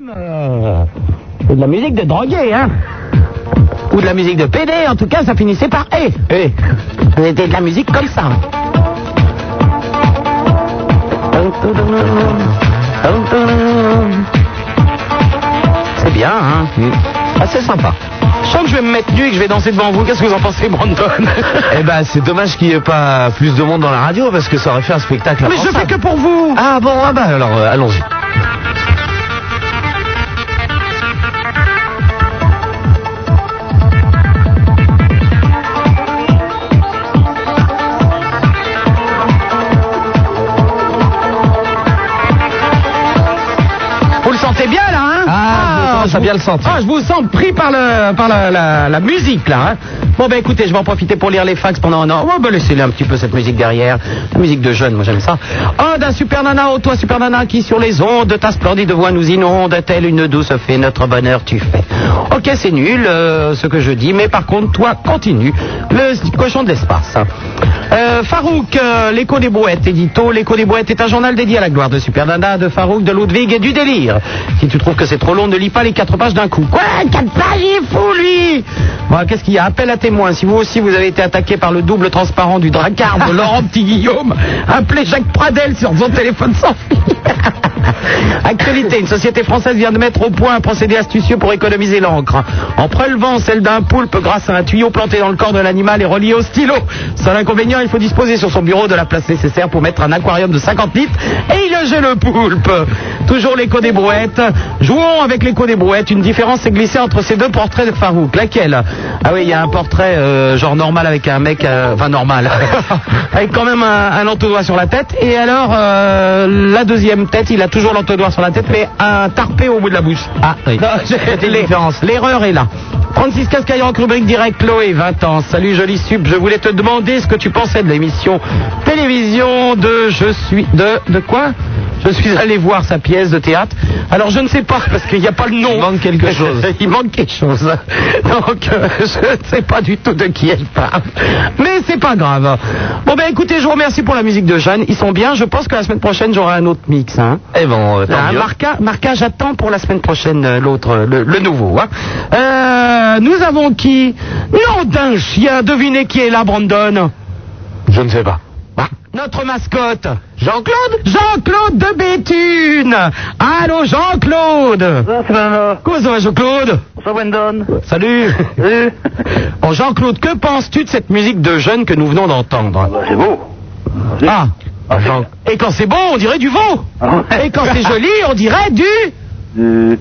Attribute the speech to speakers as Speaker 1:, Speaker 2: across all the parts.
Speaker 1: même. euh, c'est de la musique de drogué, hein. Ou de la musique de PD, en tout cas, ça finissait par E. Eh. C'était de la musique comme ça. C'est bien, hein. Assez sympa. Je sens que je vais me mettre nu et que je vais danser devant vous. Qu'est-ce que vous en pensez, Brandon
Speaker 2: Eh ben, c'est dommage qu'il n'y ait pas plus de monde dans la radio parce que ça aurait fait un spectacle.
Speaker 1: Mais je
Speaker 2: impensable.
Speaker 1: fais que pour vous.
Speaker 2: Ah bon, ah bah alors euh, allons-y.
Speaker 1: Vous le sentez bien, là, hein
Speaker 2: Ah, je le sens, ça
Speaker 1: vous-
Speaker 2: bien le sentir.
Speaker 1: Ah, je vous sens pris par, le, par la, la- la musique, là. hein. Bon, ben écoutez, je vais en profiter pour lire les fax pendant un an. Oh, ben laissez-les un petit peu cette musique derrière. La musique de jeunes, moi j'aime ça. Oh, d'un super nana, oh toi super nana, qui sur les ondes de ta splendide voix nous inonde, telle une douce fée, notre bonheur tu fais. Ok, c'est nul, euh, ce que je dis, mais par contre, toi, continue. Le cochon de l'espace. Euh, Farouk, euh, l'écho des brouettes, édito, l'écho des brouettes est un journal dédié à la gloire de Super Nana, de Farouk, de Ludwig et du délire. Si tu trouves que c'est trop long, ne lis pas les quatre pages d'un coup. Quoi Quatre pages, il est fou, lui Bon, qu'est-ce qu'il y a Appel à témoins. Si vous aussi, vous avez été attaqué par le double transparent du dracard de Laurent Petit-Guillaume, appelez Jacques Pradel sur son téléphone sans fil. Actualité, une société française vient de mettre au point un procédé astucieux pour économiser l'encre. En prélevant celle d'un poulpe grâce à un tuyau planté dans le corps de l'animal et relié au stylo. Seul inconvénient, il faut disposer sur son bureau de la place nécessaire pour mettre un aquarium de 50 litres et y loger le poulpe. Toujours l'écho des brouettes. Jouons avec l'écho des brouettes. Une différence s'est glissée entre ces deux portraits de Farouk. Laquelle Ah oui, il y a un portrait euh, genre normal avec un mec, euh, enfin normal, avec quand même un, un entonnoir sur la tête. Et alors, euh, la deuxième tête, il a toujours l'entonnoir sur la tête, mais un tarpé au bout de la bouche. Ah oui, c'était une différence. L'erreur est là. Francis Cascaillon, rubrique direct, Chloé, 20 ans. Salut, jolie sub. Je voulais te demander ce que tu pensais de l'émission télévision de Je suis. de. de quoi je suis allé voir sa pièce de théâtre. Alors je ne sais pas parce qu'il n'y a pas le nom.
Speaker 2: Il manque quelque chose.
Speaker 1: Il manque quelque chose. Donc euh, je ne sais pas du tout de qui elle parle. Mais c'est pas grave. Bon ben écoutez, je vous remercie pour la musique de Jeanne. Ils sont bien. Je pense que la semaine prochaine j'aurai un autre mix. Hein.
Speaker 2: Eh ben, euh, tant
Speaker 1: Ah,
Speaker 2: mieux.
Speaker 1: marquage, marquage à temps pour la semaine prochaine, euh, l'autre, euh, le, le nouveau. hein. Euh, nous avons qui Nom d'un chien, devinez qui est là, Brandon
Speaker 2: Je ne sais pas.
Speaker 1: Bah, Notre mascotte Jean-Claude Jean-Claude de Béthune Allô, Jean-Claude
Speaker 3: Ça, c'est Nana.
Speaker 1: Comment ça va, Jean-Claude
Speaker 3: Bonsoir, Wendon.
Speaker 1: Salut
Speaker 3: Salut.
Speaker 1: Bon, Jean-Claude, que penses-tu de cette musique de jeunes que nous venons d'entendre
Speaker 3: Bah, c'est beau.
Speaker 1: Ah Jean- Et quand c'est bon, on dirait du veau
Speaker 3: Ah ouais.
Speaker 1: Et quand c'est joli, on dirait du...
Speaker 3: Euh,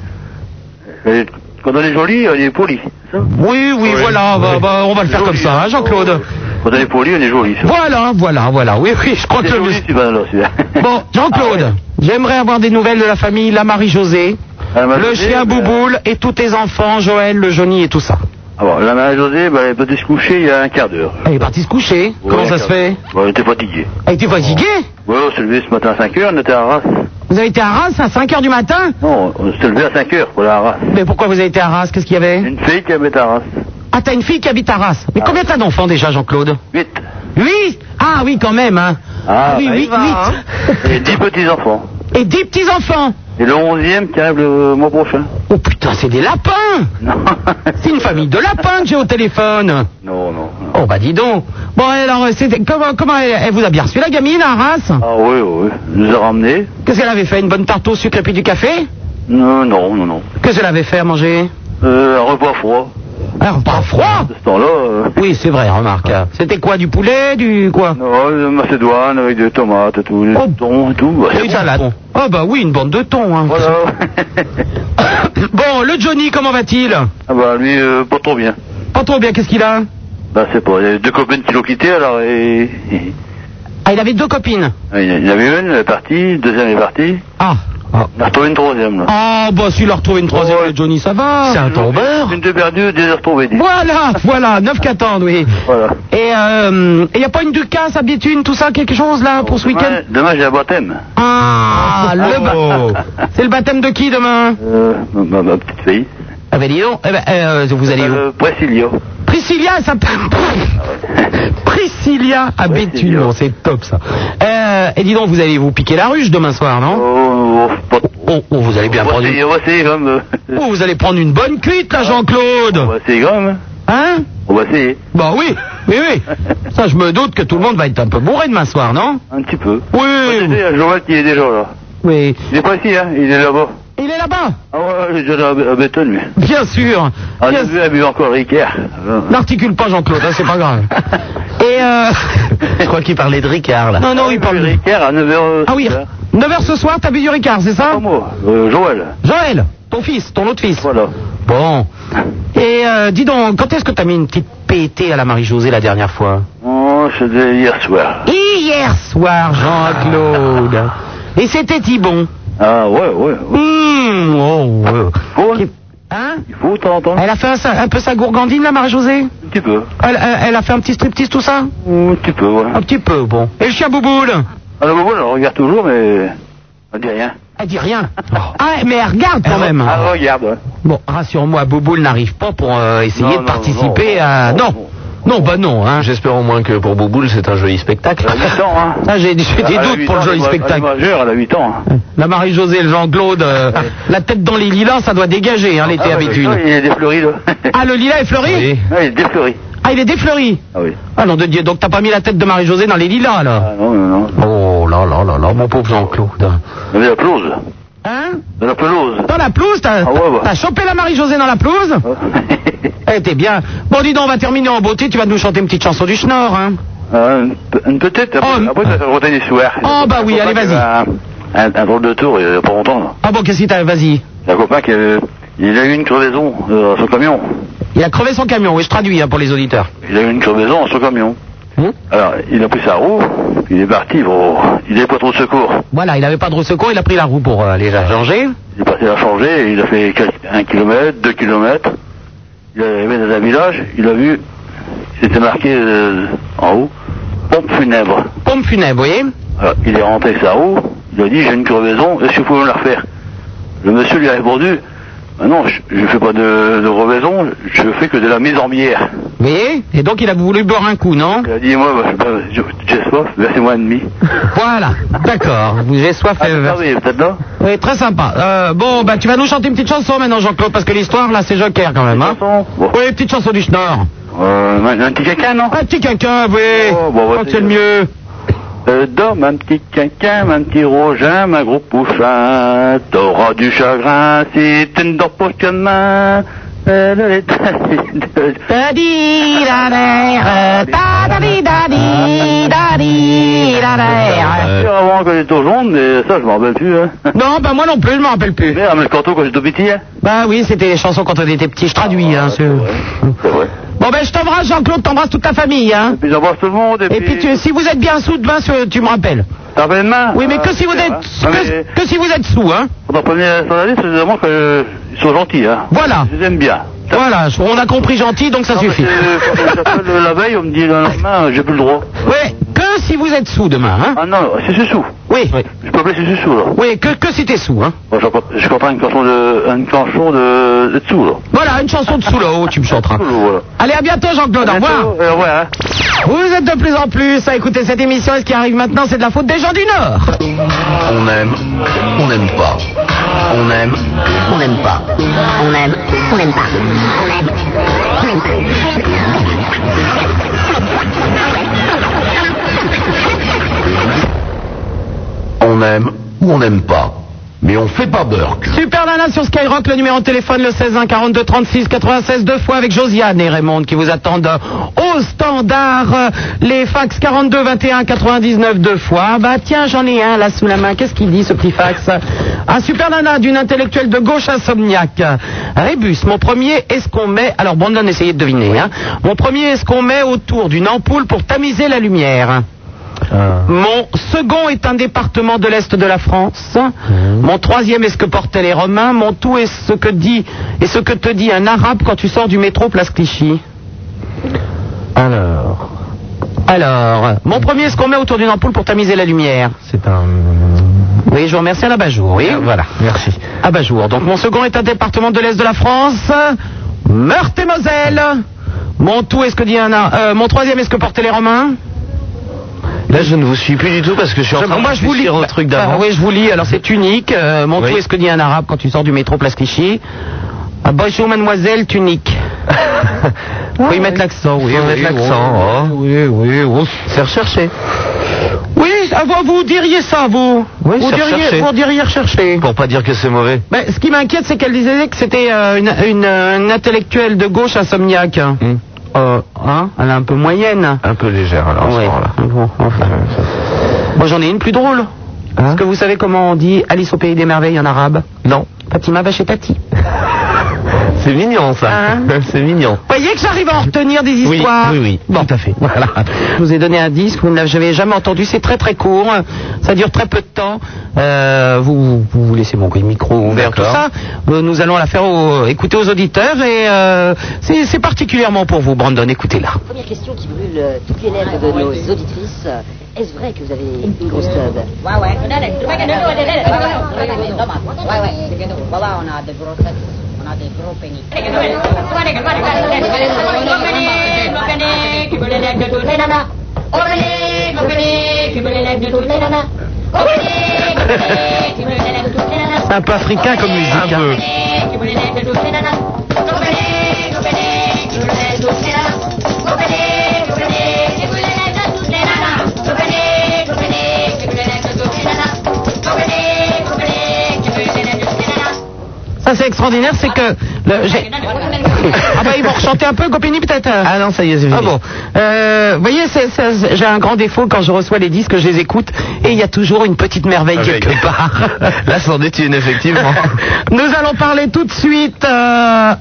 Speaker 3: euh, quand on est joli, on est poli. Ça
Speaker 1: Oui, oui, voilà, bah, bah, on va le faire comme
Speaker 3: Joli,
Speaker 1: ça, hein, Jean-Claude Oh,
Speaker 3: Quand on est poli, on est joli. Ça.
Speaker 1: Voilà, voilà, voilà. Oui, oui, je crois
Speaker 3: C'est
Speaker 1: que le.
Speaker 3: joli, c'est pas là, celui-là.
Speaker 1: Bon, Jean-Claude, j'aimerais avoir des nouvelles de la famille La Marie-Josée,
Speaker 3: Ah, ma
Speaker 1: le
Speaker 3: Josée,
Speaker 1: chien
Speaker 3: bah,
Speaker 1: Bouboule et tous tes enfants, Joël, le Johnny et tout ça.
Speaker 3: Ah bon, la mère José, bah, elle est partie se coucher il y a un quart d'heure.
Speaker 1: Elle est partie se coucher. Comment
Speaker 3: Ouais,
Speaker 1: ça se fait
Speaker 3: Bah, elle était fatiguée.
Speaker 1: Elle était fatiguée
Speaker 3: Ouais, on s'est levé ce matin à 5 heures, on était à Arras.
Speaker 1: Vous avez été à Arras à 5 heures du matin
Speaker 3: Non, on s'est levé à 5 heures pour la Arras.
Speaker 1: Mais pourquoi vous avez été à Arras Qu'est-ce qu'il y avait
Speaker 3: Une fille qui avait à Arras.
Speaker 1: Ah, t'as une fille qui habite à Arras. Mais
Speaker 3: Ah.
Speaker 1: combien t'as d'enfants déjà, Jean-Claude
Speaker 3: 8.
Speaker 1: Huit Ah oui, quand même, hein.
Speaker 3: Ah,
Speaker 1: oui,
Speaker 3: bah, il
Speaker 1: huit,
Speaker 3: va,
Speaker 1: huit.
Speaker 3: hein. Et 10 petits-enfants.
Speaker 1: Et dix petits-enfants
Speaker 3: Et le 11e qui arrive le mois prochain.
Speaker 1: Oh putain, c'est des lapins
Speaker 3: Non.
Speaker 1: C'est une famille de lapins que j'ai au téléphone
Speaker 3: Non, non. non.
Speaker 1: Oh bah dis donc. Bon alors euh, c'était comment comment elle, elle vous a bien reçu la gamine à Arras
Speaker 3: Ah oui, oui, oui. Elle nous a ramenés.
Speaker 1: Qu'est-ce qu'elle avait fait Une bonne tarte au sucre et puis du café
Speaker 3: Non, non, non, non.
Speaker 1: Qu'est-ce qu'elle avait fait à manger
Speaker 3: Euh, un repas froid.
Speaker 1: Alors pas froid
Speaker 3: De ce temps-là, euh,
Speaker 1: Oui c'est vrai remarque. C'était quoi du poulet du quoi
Speaker 3: non, euh, macédoine avec des tomates et tout, des
Speaker 1: Oh.
Speaker 3: thon et tout. bah, c'est
Speaker 1: Une
Speaker 3: bon.
Speaker 1: salade. Oh bah oui une bande de thon. Hein.
Speaker 3: Voilà.
Speaker 1: bon le Johnny comment va-t-il
Speaker 3: ah bah lui, euh, pas trop bien.
Speaker 1: Pas trop bien qu'est-ce qu'il a
Speaker 3: Bah c'est pas, il y a deux copines qui l'ont quitté alors et... et-
Speaker 1: Ah il avait deux copines.
Speaker 3: Il y en avait une, elle est partie, deuxième est partie,
Speaker 1: Ah. Ah
Speaker 3: on a retrouvé une troisième là.
Speaker 1: bah s'il a retrouvé une troisième
Speaker 3: Ouais.
Speaker 1: le Johnny ça va.
Speaker 2: C'est un tombeur.
Speaker 3: Une de perdue, deux de retrouvée. dis.
Speaker 1: Voilà voilà 9 14 oui.
Speaker 3: Voilà.
Speaker 1: Et euh, il n'y a pas une Ducasse à Béthune, tout ça, quelque chose là pour ce week-end
Speaker 3: Demain, demain j'ai un baptême.
Speaker 1: Ah, le ba-
Speaker 2: Oh.
Speaker 1: C'est le baptême de qui demain
Speaker 3: Euh, ma, ma- ma petite fille.
Speaker 1: Ah ben dis donc, eh ben, euh, vous allez où
Speaker 3: Euh, Pressilio.
Speaker 1: Priscilla, ça Priscilla à
Speaker 3: Priscilla.
Speaker 1: Béthune, non, c'est top ça. Euh, et dis donc, vous allez vous piquer la ruche demain soir, non
Speaker 3: Oh, oh, oh.
Speaker 1: oh, oh, vous allez bien
Speaker 3: On va
Speaker 1: prendre une...
Speaker 3: essayer, on va essayer quand même.
Speaker 1: Oh, vous allez prendre une bonne cuite là,
Speaker 3: Ah. On
Speaker 1: Jean-Claude
Speaker 3: va essayer quand même.
Speaker 1: Hein
Speaker 3: On va essayer.
Speaker 1: Bah oui, oui, oui. Ça, je me doute que tout le monde va être un peu bourré demain soir, non
Speaker 3: Un petit peu.
Speaker 1: Oui,
Speaker 3: Il y a Joël qui est déjà là.
Speaker 1: oui.
Speaker 3: Il est pas ici, hein. Il est là-bas.
Speaker 1: Il est là-bas,
Speaker 3: Ah ouais, j'ai déjà à béton, mais.
Speaker 1: bien sûr.
Speaker 3: Ah,
Speaker 1: Bien
Speaker 3: j'ai vu, il y a encore Ricard.
Speaker 1: N'articule pas Jean-Claude, hein, c'est pas grave. Et euh...
Speaker 2: Je crois qu'il parlait de Ricard, là.
Speaker 1: non,
Speaker 3: Ah
Speaker 1: non, il parle.
Speaker 3: Ricard à 9h.
Speaker 1: Ah oui, 9h ce soir, t'as bu du Ricard, c'est ça
Speaker 3: Pas moi, euh, Joël.
Speaker 1: Joël, ton fils, ton autre fils.
Speaker 3: Voilà.
Speaker 1: Bon. Et euh, dis donc, quand est-ce que t'as mis une petite pétée à la Marie-Josée la dernière fois
Speaker 3: Oh, c'était hier soir.
Speaker 1: Hier soir, Jean-Claude. Et c'était Thibon.
Speaker 3: Ah ouais, ouais. ouais.
Speaker 1: Hum, oh, ouais.
Speaker 3: Faut,
Speaker 1: Qui- Hein
Speaker 3: il faut de temps en temps.
Speaker 1: Elle a fait un, sa- un peu sa gourgandine, la Marie-Josée
Speaker 3: Un petit peu.
Speaker 1: elle, elle- elle a fait un petit striptease, tout ça
Speaker 3: Un petit peu, ouais.
Speaker 1: Un petit peu, bon. Et le chien Bouboule
Speaker 3: Alors bon, on regarde toujours, mais. On dit rien.
Speaker 1: Elle dit rien. Ah, mais elle regarde quand même.
Speaker 3: Ah, Oh. regarde, ouais.
Speaker 1: Bon, rassure-moi, Bouboule n'arrive pas pour euh, essayer
Speaker 3: Non,
Speaker 1: de
Speaker 3: non,
Speaker 1: participer
Speaker 3: non.
Speaker 1: à...
Speaker 3: Non,
Speaker 1: Non, non,
Speaker 2: Oh,
Speaker 1: bah non, hein.
Speaker 2: J'espère au moins que pour Bouboule, c'est un joli spectacle.
Speaker 3: Elle a 8 ans, hein.
Speaker 1: Ça, j'ai j'ai des
Speaker 3: Elle a
Speaker 1: doutes
Speaker 3: huit
Speaker 1: pour le
Speaker 3: ans,
Speaker 1: joli
Speaker 3: elle est- Elle est
Speaker 1: spectacle.
Speaker 3: majeure, elle a 8 ans. hein.
Speaker 1: La Marie-Josée et le Jean-Claude, euh, la tête dans les lilas, ça doit dégager, hein, l'été
Speaker 3: Ah,
Speaker 1: à
Speaker 3: ouais,
Speaker 1: Béthune.
Speaker 3: non, Il est défleuri, là.
Speaker 1: Ah, le lilas est fleuri
Speaker 2: Oui.
Speaker 3: Ah, il est défleuri.
Speaker 1: Ah, il est défleuri
Speaker 3: Ah oui.
Speaker 1: Ah, non de Dieu, donc t'as pas mis la tête de Marie-Josée dans les lilas, alors
Speaker 3: Ah non, non, non.
Speaker 1: Oh là là là là, mon pauvre
Speaker 2: Ah,
Speaker 1: Jean-Claude.
Speaker 3: Il y a la pelouse.
Speaker 1: Hein
Speaker 3: Il y a la pelouse.
Speaker 1: Dans la pelouse, t'as
Speaker 3: Ah ouais, ouais.
Speaker 1: t'as chopé la Marie-Josée dans la pelouse Eh, t'es bien. Bon, dis donc, on va terminer en beauté, tu vas nous chanter une petite chanson du Schnorr, hein
Speaker 3: Ah, une, pe- une petite, après,
Speaker 1: Oh,
Speaker 3: après ça va retourner du soir.
Speaker 1: Oh, bah oui,
Speaker 3: Un
Speaker 1: allez,
Speaker 3: copain qui
Speaker 1: vas-y.
Speaker 3: va- Un, un drôle de tour, il n'y a pas longtemps. là.
Speaker 1: Ah bon, qu'est-ce que t'as Vas-y.
Speaker 3: J'ai un copain qui euh, il a eu une crevaison euh, à son camion.
Speaker 1: Il a crevé son camion, oui, je traduis hein, pour les auditeurs.
Speaker 3: Il a eu une crevaison à son camion.
Speaker 1: Hum
Speaker 3: Alors, il a pris sa roue, il est parti, bon, il n'avait pas trop de secours.
Speaker 1: Voilà, il avait pas de secours, il a pris la roue pour euh, aller la changer.
Speaker 3: Il est parti la changer, il a fait quel- un kilomètre, deux kilomètres. Il est arrivé dans un village, il a vu, c'était marqué euh, en haut, pompe funèbre.
Speaker 1: Pompe funèbre, vous voyez
Speaker 3: Alors, il est rentré avec sa roue, il a dit j'ai une crevaison, est-ce que vous pouvez me la refaire Le monsieur lui a répondu Ah non, je ne fais pas de, de crevaison, je fais que de la mise en bière.
Speaker 1: Vous voyez Et donc il a voulu boire un coup, non
Speaker 3: Il a dit moi, bah, je- je- j'ai soif, versez-moi un demi.
Speaker 1: Voilà, d'accord. Vous avez soif.
Speaker 3: Ah,
Speaker 1: euh,
Speaker 3: ah oui, peut-être là
Speaker 1: Oui, très sympa. Euh, bon, bah tu vas nous chanter une petite chanson maintenant, Jean-Claude, parce que l'histoire là, c'est Joker quand même, hein
Speaker 3: Chanson Bon,
Speaker 1: Oui, petite chanson du Schnorr.
Speaker 3: euh, un, un petit caca, non
Speaker 1: Un petit quinquin, oui.
Speaker 3: Oh, bon, bah,
Speaker 1: Quand
Speaker 3: c'est-
Speaker 1: c'est le mieux.
Speaker 3: Euh, Dom, un petit quinquin, un petit rogin, un gros pouchin, t'auras du chagrin si tu ne dors pas chemin. Euh, le lait- Euh,
Speaker 2: Euh.
Speaker 3: Sûr, Avant que j'étais au jaune, mais ça je m'en rappelle plus. Hein.
Speaker 1: Non, bah moi non plus, je m'en rappelle plus.
Speaker 3: Mais, ah, mais le canton quand j'étais au petit, hein.
Speaker 1: Bah oui, c'était les chansons quand on était petits, je traduis, hein. c'est-
Speaker 3: Ah, C'est vrai.
Speaker 1: Bon, ben je t'embrasse, Jean-Claude, t'embrasse toute ta famille, hein.
Speaker 3: Et puis j'embrasse tout le monde. Et,
Speaker 1: Et puis tu- si vous êtes bien sous demain, sur- tu me rappelles.
Speaker 3: T'as fait une main Ah,
Speaker 1: Oui, mais que si vous êtes que, que si vous êtes sous, hein.
Speaker 3: hein. Pour la première journaliste, c'est vraiment qu'ils sont gentils. Hein.
Speaker 1: Voilà.
Speaker 3: Je les aime bien.
Speaker 1: Voilà, je- on a compris gentil, donc ça
Speaker 3: Non, parce
Speaker 1: suffit.
Speaker 4: euh,
Speaker 3: que Quand j'appelle la veille, on me dit le lendemain, euh, j'ai plus le droit.
Speaker 1: Ouais, que si vous êtes sous demain, hein.
Speaker 3: Ah non, c'est Sussou.
Speaker 1: Oui, oui,
Speaker 3: Je peux appeler c'est Sussou, là.
Speaker 1: que, que si t'es sous, hein.
Speaker 3: Bon, je comprends- je comprends une chanson de, une chanson de, de Tsou, là.
Speaker 1: Voilà, une chanson de sous le haut, tu me chanteras.
Speaker 3: Tsou, voilà.
Speaker 1: Allez, à bientôt, Jean-Claude, au revoir.
Speaker 3: Euh, au revoir, hein.
Speaker 1: Vous êtes de plus en plus à écouter cette émission, et ce qui arrive maintenant, c'est de la faute des gens du Nord.
Speaker 2: On aime, on n'aime pas. On aime, on n'aime pas.
Speaker 5: On aime, on n'aime pas. On aime, on n'aime pas.
Speaker 2: On aime ou on n'aime pas. Mais on fait pas Burke.
Speaker 1: Super Nana sur Skyrock, le numéro de téléphone le 16 1 42 36 96 deux fois avec Josiane et Raymond qui vous attendent euh, au standard. Euh, Les fax 42 21 99 deux fois. Bah tiens, j'en ai un là sous la main. Qu'est-ce qu'il dit ce petit fax Un Super Nana d'une intellectuelle de gauche insomniaque. Rébus, mon premier, est-ce qu'on met... Alors Brandon, essayez de deviner. Hein. Mon premier, est-ce qu'on met autour d'une ampoule pour tamiser la lumière mon second est un département de l'Est de la France. Mon troisième est ce que portaient les Romains. Mon tout est ce que dit et ce que te dit un arabe quand tu sors du métro place Clichy.
Speaker 2: Alors,
Speaker 1: Alors, mon premier est ce qu'on met autour d'une ampoule pour tamiser la lumière.
Speaker 2: c'est un.
Speaker 1: Oui, je vous remercie à l'abat-jour. Oui, voilà.
Speaker 2: Merci.
Speaker 1: Abat-jour. Donc mon second est un département de l'Est de la France, Meurthe-et-Moselle. Mon tout est ce que dit un a- euh, mon troisième est ce que portaient les Romains.
Speaker 2: Là, je ne vous suis plus du tout parce que je suis en train
Speaker 1: moi
Speaker 2: de
Speaker 1: je vous lis
Speaker 2: réfléchir au truc
Speaker 1: Bah,
Speaker 2: d'avant.
Speaker 1: bah, oui, je vous lis. Alors c'est unique. Euh, mon
Speaker 2: Oui.
Speaker 1: tout est ce que dit un arabe quand tu sors du métro place Clichy. Ah, bonjour mademoiselle, tunique. Faut y mettre l'accent, Ah, hein. oui.
Speaker 2: Faut
Speaker 1: oui,
Speaker 2: mettre l'accent, oh.
Speaker 1: Oui, oui, oui.
Speaker 2: C'est recherché.
Speaker 1: Oui, ah, vous, vous diriez ça, vous.
Speaker 2: Oui,
Speaker 1: vous
Speaker 2: c'est
Speaker 1: diriez,
Speaker 2: recherché.
Speaker 1: vous diriez recherché.
Speaker 2: Pour pas dire que c'est mauvais.
Speaker 1: Ben, ce qui m'inquiète, c'est qu'elle disait que c'était euh, une, une, euh, une intellectuelle de gauche insomniaque.
Speaker 2: Hmm.
Speaker 1: Euh, Ah, hein, elle est un peu moyenne.
Speaker 2: Un peu légère alors à ce
Speaker 1: Ouais.
Speaker 2: moment-là. Euh,
Speaker 1: Bon, enfin. Bon, j'en ai une plus drôle. Est-ce que vous savez comment on dit Alice au pays des merveilles en arabe
Speaker 2: Non.
Speaker 1: Fatima va chez Tati.
Speaker 2: C'est mignon ça.
Speaker 1: Hein
Speaker 2: c'est mignon.
Speaker 1: Vous voyez que j'arrive à en retenir des
Speaker 2: Oui,
Speaker 1: histoires
Speaker 2: oui, oui.
Speaker 1: Bon.
Speaker 2: Tout à fait.
Speaker 1: Voilà. Je vous ai donné un disque, vous ne l'avez jamais entendu, c'est très très court, ça dure très peu de temps. Euh, vous, vous, vous laissez mon micro ouvert, tout
Speaker 2: D'accord.
Speaker 1: ça. Euh, nous allons la faire au- écouter aux auditeurs et euh, c'est c'est particulièrement pour vous, Brandon, écoutez-la.
Speaker 6: Première question qui brûle euh, toutes les lèvres de nos auditrices. Euh, Est-ce vrai que vous avez une grosse tub
Speaker 7: Ouais, ouais, donnez-le. Ouais, donnez-le, donnez-le. Ouais, ouais, donnez-le, dommage. Ouais, ouais, c'est que nous. Ouais, ouais, on a des gros têtes, on a des gros pénis. Donnez-le, donnez-le, donnez-le. Mon pénis, mon pénis, qui me l'élève de toutes les nanas. Mon pénis, mon pénis, qui me l'élève de toutes les nanas. Mon pénis, mon pénis, qui me l'élève de toutes les nanas.
Speaker 1: C'est un peu africain comme musique. hein.
Speaker 2: Un peu.
Speaker 7: Mon pénis, qui me l'élève de toutes les nanas. Mon pénis, mon pénis, qui me l'élève de toutes les nanas. Mon pénis, mon pénis, qui me l'élève de toutes les nanas. Mon pénis, mon pénis, qui me l'élève de toutes les nanas. Mon pénis, mon pénis, qui me l'élève de toutes les nanas.
Speaker 1: Ça c'est extraordinaire, c'est que... le- j'ai- ah bah ils vont rechanter un peu, copini peut-être euh.
Speaker 2: Ah non, ça y est, c'est fini.
Speaker 1: Ah bon. Euh, vous voyez, c'est- c'est- j'ai un grand défaut quand je reçois les disques, je les écoute et il y a toujours une petite merveille
Speaker 2: Ah,
Speaker 1: quelque
Speaker 2: mais-
Speaker 1: part.
Speaker 2: Là, c'en est une, effectivement.
Speaker 1: Nous allons parler tout de suite euh,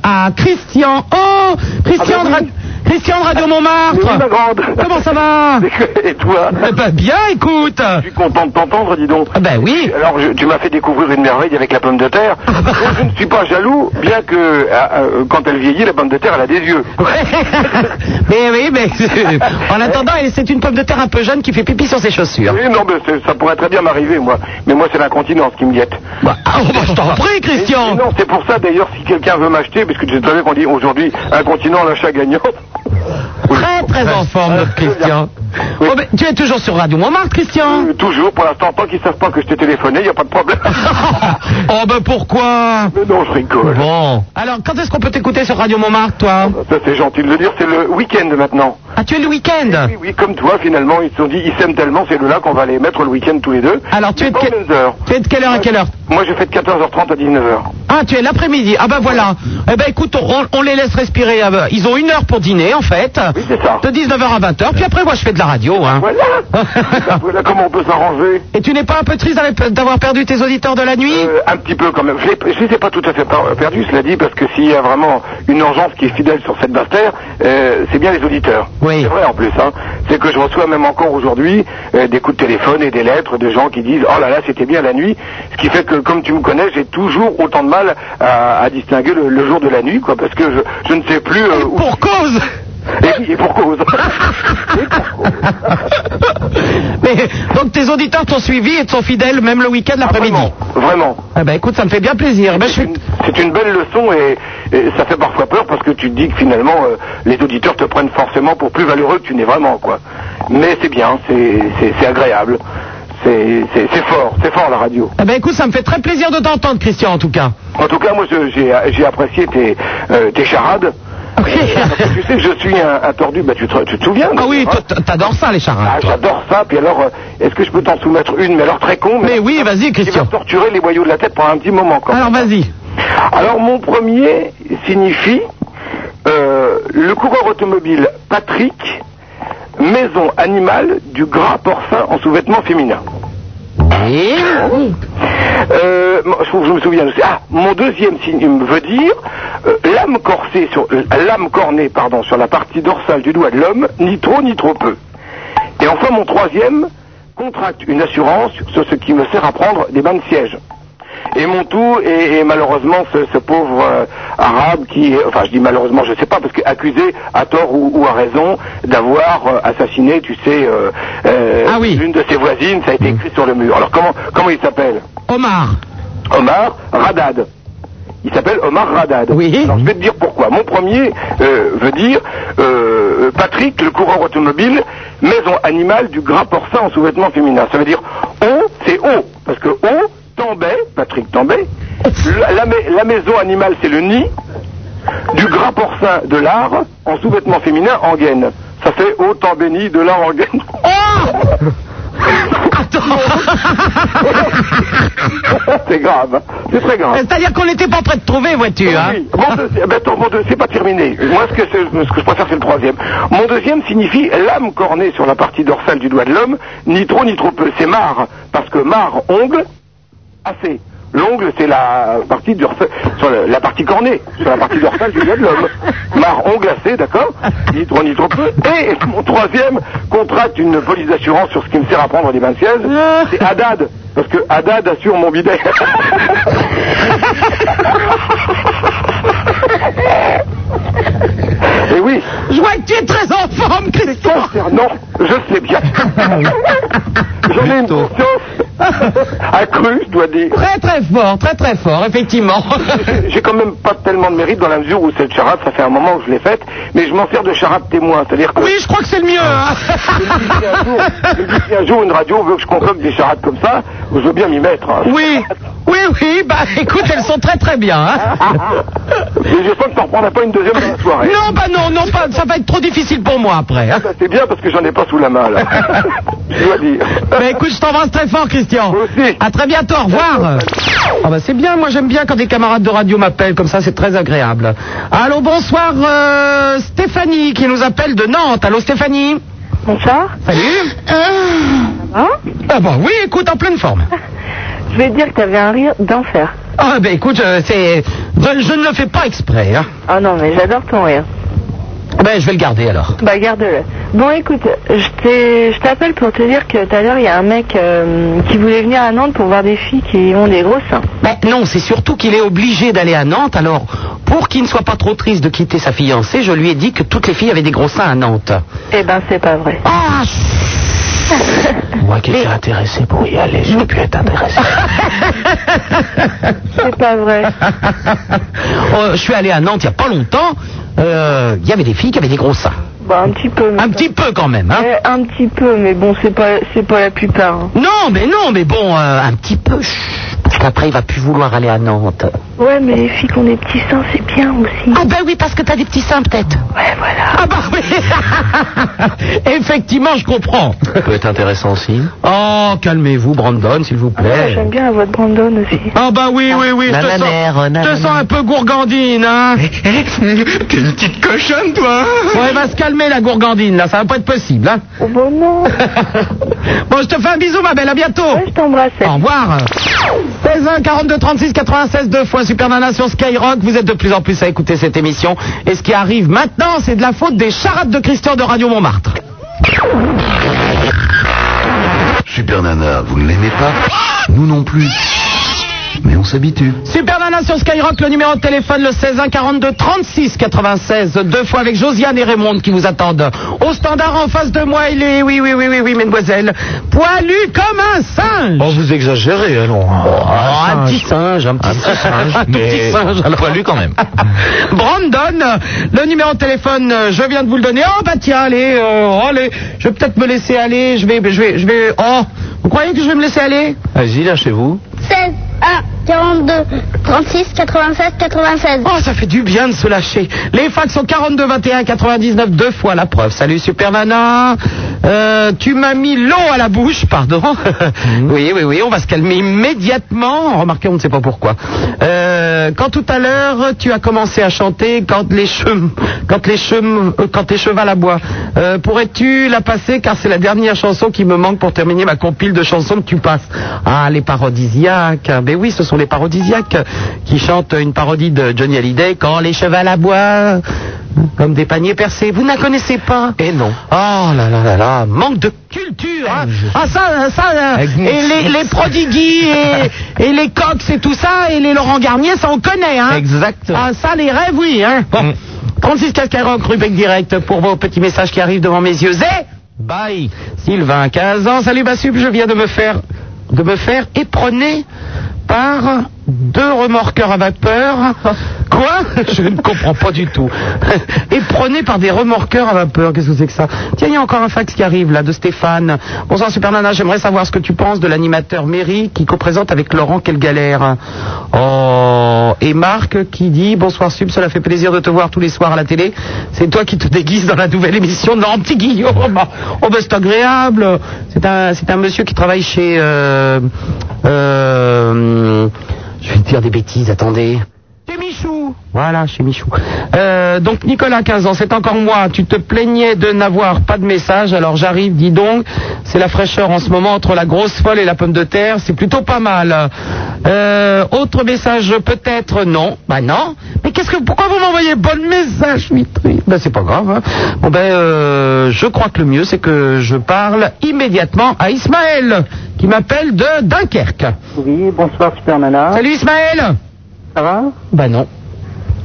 Speaker 1: à Christian. Oh, Christian,
Speaker 4: Ah ben
Speaker 1: de Ra-
Speaker 4: oui.
Speaker 1: Christian de Radio Montmartre.
Speaker 3: bah,
Speaker 4: Oui, ma grande.
Speaker 1: Comment ça va
Speaker 4: Et toi
Speaker 1: Eh ben, bien, écoute.
Speaker 4: Je suis content de t'entendre, dis donc.
Speaker 1: Ah ben oui.
Speaker 4: Alors, je- tu m'as fait découvrir une merveille avec la pomme de terre. Donc, je ne suis pas jaloux, bien que euh, euh, quand elle vieillit, la pomme de terre, elle a des yeux.
Speaker 1: mais oui, mais euh, en attendant, elle- c'est une pomme de terre un peu jeune qui fait pipi sur ses chaussures.
Speaker 4: Oui, non, mais c'est- ça pourrait très bien m'arriver, moi. Mais moi, c'est l'incontinence qui me guette.
Speaker 1: Bah, ah, bah, je t'en prie,
Speaker 4: Mais
Speaker 1: Christian.
Speaker 4: Non, c'est pour ça d'ailleurs, si quelqu'un veut m'acheter, parce que tu savais qu'on dit aujourd'hui incontinent, l'achat gagnant.
Speaker 1: Très très en forme, notre Christian.
Speaker 4: Oui.
Speaker 1: Oh, mais tu es toujours sur Radio Montmartre, Christian
Speaker 4: Euh, toujours, pour l'instant, tant qu'ils savent pas que je t'ai téléphoné, il a pas de problème.
Speaker 1: Oh ben pourquoi
Speaker 4: mais non, je rigole.
Speaker 1: Bon. Alors, quand est-ce qu'on peut t'écouter sur Radio Montmartre, toi
Speaker 4: Ça, c'est gentil de le dire, c'est le week-end maintenant.
Speaker 1: Ah, tu es le week-end
Speaker 4: Oui, oui, comme toi, finalement, ils se sont dit, ils s'aiment tellement, c'est le là qu'on va les mettre le week-end tous les deux.
Speaker 1: Alors, tu
Speaker 4: Mais
Speaker 1: es, de
Speaker 4: pas aux
Speaker 1: quelle-
Speaker 4: mêmes heures.
Speaker 1: tu es de quelle heure à quelle heure
Speaker 4: Moi, je fais de 14h30 à 19h.
Speaker 1: Ah, tu es l'après-midi. Ah ben voilà. Eh ben écoute, on, on les laisse respirer. Ah ben, Ils ont une heure pour dîner, en fait.
Speaker 4: Oui, c'est ça.
Speaker 1: De 19h à 20h. Puis après, moi, je fais de la radio. Hein.
Speaker 4: Voilà Voilà comment on peut s'arranger.
Speaker 1: Et tu n'es pas un peu triste d'ave- d'avoir perdu tes auditeurs de la nuit
Speaker 4: Euh, un petit peu quand même. Je l'ai- je les ai pas tout à fait par- perdu, cela dit, parce que s'il y a vraiment une engeance qui est fidèle sur cette basse terre, euh, c'est bien les auditeurs.
Speaker 1: Oui.
Speaker 4: C'est vrai en plus. Hein. C'est que je reçois même encore aujourd'hui euh, des coups de téléphone et des lettres de gens qui disent oh là là c'était bien la nuit. Ce qui fait que comme tu me connais, j'ai toujours autant de mal à, à distinguer le, le jour de la nuit, quoi, parce que je, je ne sais plus euh, où.
Speaker 1: Pour cause
Speaker 4: Et, oui, et pour cause. Et pour cause.
Speaker 1: Mais, donc tes auditeurs t'ont suivi et te sont fidèles même le week-end
Speaker 4: Ah,
Speaker 1: l'après-midi.
Speaker 4: vraiment, vraiment.
Speaker 1: Ah ben écoute, ça me fait bien plaisir. Ben, je
Speaker 4: C'est
Speaker 1: suis...
Speaker 4: une- c'est une belle leçon et, et ça fait parfois peur parce que tu te dis que finalement euh, les auditeurs te prennent forcément pour plus valeureux que tu n'es vraiment quoi. Mais c'est bien, c'est c'est- c'est agréable, c'est c'est- c'est fort, c'est fort la radio.
Speaker 1: Ah ben écoute, ça me fait très plaisir de t'entendre, Christian, en tout cas.
Speaker 4: En tout cas moi je- j'ai j'ai apprécié tes euh, tes charades. Parce que tu sais que je suis un, un tordu, bah tu te, tu te souviens
Speaker 1: Ah oui,
Speaker 4: d'ailleurs,
Speaker 1: toi,
Speaker 4: hein
Speaker 1: t- t'adores ça, les
Speaker 4: Ah,
Speaker 1: charades. toi.
Speaker 4: j'adore ça. Puis alors, euh, est-ce que je peux t'en soumettre une, mais alors très con
Speaker 1: Mais oui, vas-y,
Speaker 4: qui va
Speaker 1: Christian.
Speaker 4: me torturer les boyaux de la tête pendant un petit moment. Quand même.
Speaker 1: Alors vas-y.
Speaker 4: Alors mon premier signifie euh, le coureur automobile Patrick, maison animale du gras porcin en sous-vêtements féminins.
Speaker 1: Et...
Speaker 4: Euh, moi, je, trouve que je me souviens de Ah, mon deuxième signe veut dire euh, l'âme corsée sur euh, l'âme cornée pardon sur la partie dorsale du doigt de l'homme, ni trop ni trop peu. Et enfin mon troisième contracte une assurance sur ce qui me sert à prendre des bains de siège. et Montou et, et malheureusement ce, ce pauvre euh, arabe qui, est- enfin je dis malheureusement, je sais pas parce que accusé à tort ou, ou à raison d'avoir euh, assassiné, tu sais, euh, euh,
Speaker 1: Ah oui. Mmh.
Speaker 4: l'une de ses voisines, ça a été écrit sur le mur. Alors comment comment il s'appelle
Speaker 1: Omar.
Speaker 4: Omar Radad. Il s'appelle Omar Radad.
Speaker 1: Oui.
Speaker 4: Alors je vais te dire pourquoi. Mon premier euh, veut dire euh, Patrick, le coureur automobile, maison animale du gras porcin en sous-vêtements féminin. Ça veut dire on, c'est on, parce que on tombait, Patrick tombait. La, la mai- la maison animale, c'est le nid du gras porcin de l'art en sous-vêtements féminin en gaine. Ça fait au temps béni de l'art en gaine. c'est grave, hein. c'est très grave.
Speaker 1: Eh, C'est-à-dire qu'on n'était pas prêt de trouver voiture. hein.
Speaker 4: Oui. Mon deuxième, ben attends, mon deux- c'est pas terminé. Moi, ce que, c'est- ce que je préfère, c'est le troisième. Mon deuxième signifie lame cornée sur la partie dorsale du doigt de l'homme, ni trop ni trop peu. C'est marre, parce que marre, ongle, assez. L'ongle, c'est la partie dorsale, sur la, la partie cornée, sur la partie dorsale du doigt de l'homme. Marre, ongle, assez, d'accord Ni trop ni trop peu. Et mon troisième contracte une police d'assurance sur ce qui me sert à prendre des bains de siège.
Speaker 1: Euh,
Speaker 4: C'est Haddad, parce que Haddad assure mon bidet. Et oui,
Speaker 1: Je vois que tu es très en forme, Christophe.
Speaker 4: concernant, je sais bien. J'en ai une conscience accrue, je dois dire.
Speaker 1: Très très fort, très très fort, effectivement.
Speaker 4: J'ai quand même pas tellement de mérite dans la mesure où cette charade, ça fait un moment que je l'ai faite, mais je m'en sers de charade témoin. C'est-à-dire que
Speaker 1: Oui, je crois que c'est le mieux. hein.
Speaker 4: si un jour, je me dis, si un jour une radio veut que je concocte des charades comme ça, je veux bien m'y mettre. hein.
Speaker 1: Oui, oui, oui, bah écoute, elles sont très très bien. hein.
Speaker 4: Mais j'espère que t'en reprendras pas une deuxième dans la soirée.
Speaker 1: Non, bah non, non, pas, ça va être trop difficile pour moi après. hein.
Speaker 4: Ça, C'est bien parce que j'en ai pas sous la main, là. je dois dire.
Speaker 1: Bah écoute, je t'embrasse très fort, Christian.
Speaker 4: Moi aussi.
Speaker 1: À très bientôt, au revoir. Ah bah c'est bien, moi j'aime bien quand des camarades de radio m'appellent comme ça, c'est très agréable. Allô, bonsoir, euh, Stéphanie qui nous appelle de Nantes. Allô, Stéphanie.
Speaker 8: Bonsoir.
Speaker 1: Salut.
Speaker 8: Hein
Speaker 1: Ah bah oui, écoute, en pleine forme.
Speaker 8: Je vais te dire que t'avais un rire d'enfer.
Speaker 1: Ah bah écoute, euh, c'est, je, je ne le fais pas exprès. Hein.
Speaker 8: Ah non, mais j'adore ton rire.
Speaker 1: Ben je vais le garder alors.
Speaker 8: Bah garde-le. Bon écoute, je t'ai- je t'appelle pour te dire que tout à l'heure il y a un mec euh, qui voulait venir à Nantes pour voir des filles qui ont des gros seins.
Speaker 1: Ben non, c'est surtout qu'il est obligé d'aller à Nantes. Alors, pour qu'il ne soit pas trop triste de quitter sa fiancée, je lui ai dit que toutes les filles avaient des gros seins à Nantes.
Speaker 8: Eh ben c'est pas vrai.
Speaker 1: Ah Moi qui étais intéressé pour y aller, j'aurais pu être intéressé.
Speaker 8: C'est pas vrai.
Speaker 1: Euh, je suis allé à Nantes il n'y a pas longtemps. Euh, Il y avait des filles qui avaient des gros seins.
Speaker 8: Bah un petit peu. mais-
Speaker 1: Un petit peu quand même, hein
Speaker 8: Eh, un petit peu, mais bon c'est pas c'est pas la plupart. hein.
Speaker 1: Non, mais non, mais bon, euh, un petit peu. chut, Parce qu'après, il va plus vouloir aller à Nantes.
Speaker 8: Ouais, mais les filles qui ont des petits seins c'est bien aussi.
Speaker 1: Ah ben oui, parce que t'as des petits seins peut-être.
Speaker 8: Ouais voilà.
Speaker 1: Ah bah oui Effectivement, je comprends.
Speaker 2: Ça peut être intéressant aussi.
Speaker 1: Oh, calmez-vous, Brandon, s'il vous
Speaker 8: Ouais,
Speaker 1: plaît.
Speaker 8: J'aime bien la voix de Brandon aussi.
Speaker 1: Ah bah oui, oui, oui, je te sens,
Speaker 9: Nananère,
Speaker 1: je te
Speaker 9: nanana.
Speaker 1: sens un peu gourgandine, hein
Speaker 2: Eh, T'es une petite cochonne, toi hein
Speaker 1: Ouais, va se calmer la gourgandine, là, ça va pas être possible, hein
Speaker 8: Oh bon non.
Speaker 1: Bon, je te fais un bisou, ma belle, à bientôt
Speaker 8: Ouais, je t'embrasse.
Speaker 1: Au revoir 16 1 42 36 96 deux fois Super Nana sur Skyrock. Vous êtes de plus en plus à écouter cette émission. Et ce qui arrive maintenant, c'est de la faute des charades de Christian de Radio Montmartre.
Speaker 2: Super Nana, vous ne l'aimez pas Nous non plus. Mais on s'habitue.
Speaker 1: Super Nana sur Skyrock, le numéro de téléphone, le 16 1 42 36 96, deux fois avec Josiane et Raymond qui vous attendent. Au standard en face de moi, il est, oui, oui, oui, oui, oui, mesdemoiselles, poilu comme un singe.
Speaker 2: Oh, vous exagérez, allons.
Speaker 1: Oh, un petit singe, un petit singe, un tout petit singe. alors.
Speaker 2: Poilu quand même.
Speaker 1: Brandon, euh, le numéro de téléphone, euh, je viens de vous le donner. Oh bah tiens, allez, euh, oh, allez, je vais peut-être me laisser aller. Je vais, je vais, je vais. Oh, vous croyez que je vais me laisser aller
Speaker 2: Vas-y, lâchez-vous.
Speaker 7: 16 1 42 36 96 96.
Speaker 1: Oh, ça fait du bien de se lâcher. Les fax sont 42 21 99 deux fois la preuve. Salut Super Nana. Euh, tu m'as mis l'eau à la bouche, pardon. oui, oui, oui, on va se calmer immédiatement. Remarquez, on ne sait pas pourquoi. Euh, quand tout à l'heure tu as commencé à chanter quand les chemins, quand les chemins, euh, quand tes chevaux à bois. Euh, pourrais-tu la passer car c'est la dernière chanson qui me manque pour terminer ma compile de chansons que tu passes. Ah, les parodisiaques. Ben oui, ce sont les parodisiaques qui chantent une parodie de Johnny Hallyday quand les chevaux à bois Comme des paniers percés. Vous ne la connaissez pas
Speaker 10: Et Eh non.
Speaker 1: Oh là là là là, manque de culture. hein. Ah ça, ça, euh,
Speaker 10: Avec
Speaker 1: et
Speaker 10: nous.
Speaker 1: les, les prodigues et, et les coqs et tout ça, et les Laurent Garnier, ça on connaît. Hein.
Speaker 10: Exact.
Speaker 1: Ah ça, les rêves, oui. Hein. Bon.
Speaker 10: Mm.
Speaker 1: 36 Cacaroc, Rubec Direct, pour vos petits messages qui arrivent devant mes yeux. Et bye Sylvain, 15 ans, salut Bassub, je viens de me faire de me faire éperonner par deux remorqueurs à vapeur. Quoi Je ne comprends pas du tout. Éperonné par des remorqueurs à vapeur, qu'est-ce que c'est que ça Tiens, il y a encore un fax qui arrive là, de Stéphane. Bonsoir Super Nana, j'aimerais savoir ce que tu penses de l'animateur Méry qui co-présente avec Laurent Quelle Galère. Oh, et Marc qui dit Bonsoir Sub, cela fait plaisir de te voir tous les soirs à la télé. C'est toi qui te déguises dans la nouvelle émission de l'Anti Guillaume. Oh, ben c'est agréable. C'est un, c'est un monsieur qui travaille chez. euh, euh, je vais te dire des bêtises, attendez. Chez Michou. Voilà, chez Michou. Euh, donc Nicolas, 15 ans, c'est encore moi. Tu te plaignais de n'avoir pas de message, alors j'arrive, dis donc. C'est la fraîcheur en ce moment entre la grosse folle et la pomme de terre, c'est plutôt pas mal. Euh, autre message, peut-être non. Bah non. Mais qu'est-ce que, pourquoi vous m'envoyez pas de message, Mitri Ben c'est pas grave. hein. Bon ben, euh, je crois que le mieux, c'est que je parle immédiatement à Ismaël, qui m'appelle de Dunkerque.
Speaker 11: Oui, bonsoir Super Nana.
Speaker 1: Salut Ismaël.
Speaker 11: Ça va
Speaker 1: Bah non.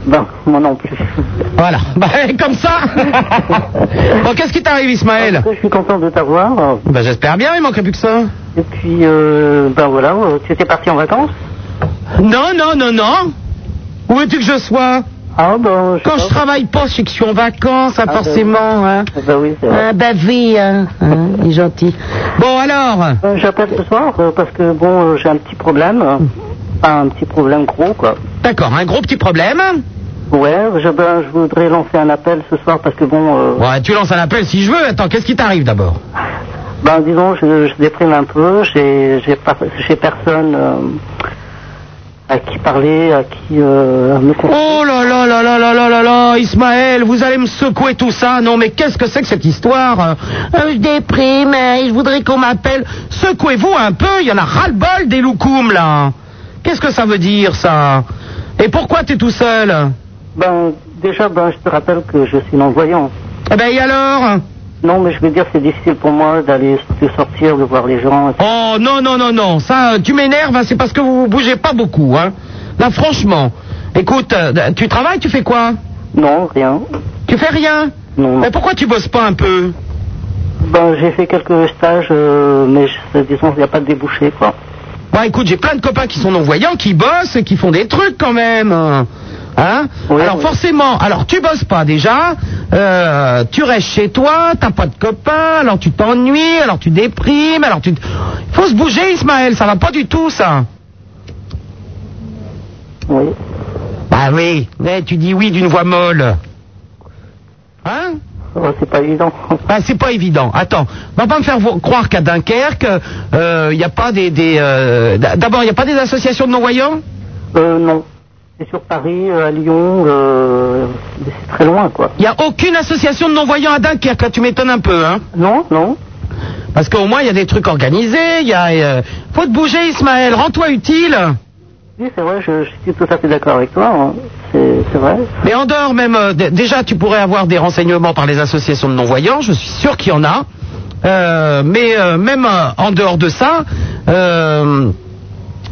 Speaker 11: Ben, moi non plus.
Speaker 1: Voilà, bah, comme ça Bon, qu'est-ce qui t'arrive, Ismaël
Speaker 11: Je suis content de t'avoir.
Speaker 1: Bah, j'espère bien, il manquerait plus que ça.
Speaker 11: Et puis, euh, ben voilà, euh, tu étais parti en vacances
Speaker 1: Non, non, non, non Où veux-tu que je sois
Speaker 11: Ah ben, je
Speaker 1: Quand je
Speaker 11: sais pas.
Speaker 1: travaille pas, c'est que je suis en vacances, hein,
Speaker 11: Ah,
Speaker 1: forcément. Hein.
Speaker 11: Ben oui, c'est vrai.
Speaker 1: Ah, bah oui, hein, hein, il est gentil. Bon, alors
Speaker 11: Euh, J'appelle ce soir euh, parce que bon, euh, j'ai un petit problème. Enfin, Ah, un petit problème gros, quoi.
Speaker 1: D'accord, un gros petit problème.
Speaker 11: Ouais, je, ben, je voudrais lancer un appel ce soir parce que bon, euh,
Speaker 1: Ouais, tu lances un appel si je veux. Attends, qu'est-ce qui t'arrive d'abord
Speaker 11: ben disons, je, je déprime un peu, j'ai j'ai pas- j'ai personne euh, à qui parler, à qui euh, me confier.
Speaker 1: Oh là là là là là là là là, Ismaël, vous allez me secouer tout ça. Non, mais qu'est-ce que c'est que cette histoire Euh, euh, Je déprime, euh, je voudrais qu'on m'appelle. Secouez-vous un peu, il y en a ras-le-bol des loukoums, là. Qu'est-ce que ça veut dire, ça Et pourquoi t'es tout seul
Speaker 11: Ben, déjà, ben, je te rappelle que je suis non-voyant.
Speaker 1: Eh ben, et alors
Speaker 11: Non, mais je veux dire, c'est difficile pour moi d'aller de sortir, de voir les gens.
Speaker 1: Oh non, non, non, non, ça, euh, tu m'énerves, hein, c'est parce que vous bougez pas beaucoup, hein. Là, franchement, écoute, euh, tu travailles, tu fais quoi
Speaker 11: Non, rien.
Speaker 1: Tu fais rien
Speaker 11: Non.
Speaker 1: Mais pourquoi tu bosses pas un peu
Speaker 11: Ben, j'ai fait quelques stages, euh, mais je, disons, il n'y a pas de débouché, quoi.
Speaker 1: Bah écoute, j'ai plein de copains qui sont non-voyants, qui bossent et qui font des trucs quand même. Hein
Speaker 11: Oui,
Speaker 1: alors
Speaker 11: oui.
Speaker 1: forcément, alors tu bosses pas déjà, euh, tu restes chez toi, t'as pas de copains, alors tu t'ennuies, alors tu déprimes, alors tu... te- Faut se bouger Ismaël, ça va pas du tout ça.
Speaker 11: Oui.
Speaker 1: Bah oui, mais tu dis oui d'une voix molle. Hein
Speaker 11: Ouais, c'est pas évident.
Speaker 1: Bah, c'est pas évident. Attends, on va pas me faire vo- croire qu'à Dunkerque, il n'y a pas des... des euh, d- D'abord, il n'y a pas des associations de non-voyants
Speaker 11: Euh, non. C'est sur Paris, euh, à Lyon, euh, mais c'est très loin, quoi.
Speaker 1: Il n'y a aucune association de non-voyants à Dunkerque, là, tu m'étonnes un peu, hein
Speaker 11: Non, non.
Speaker 1: Parce qu'au moins, il y a des trucs organisés, il y a... euh, Faut te bouger, Ismaël, rends-toi utile
Speaker 11: Oui, c'est vrai, je, je suis tout à fait d'accord avec toi. hein. C'est c'est vrai.
Speaker 1: Mais en dehors même, euh, d- déjà, tu pourrais avoir des renseignements par les associations de non-voyants, je suis sûr qu'il y en a. Euh, mais euh, même euh, en dehors de ça, euh,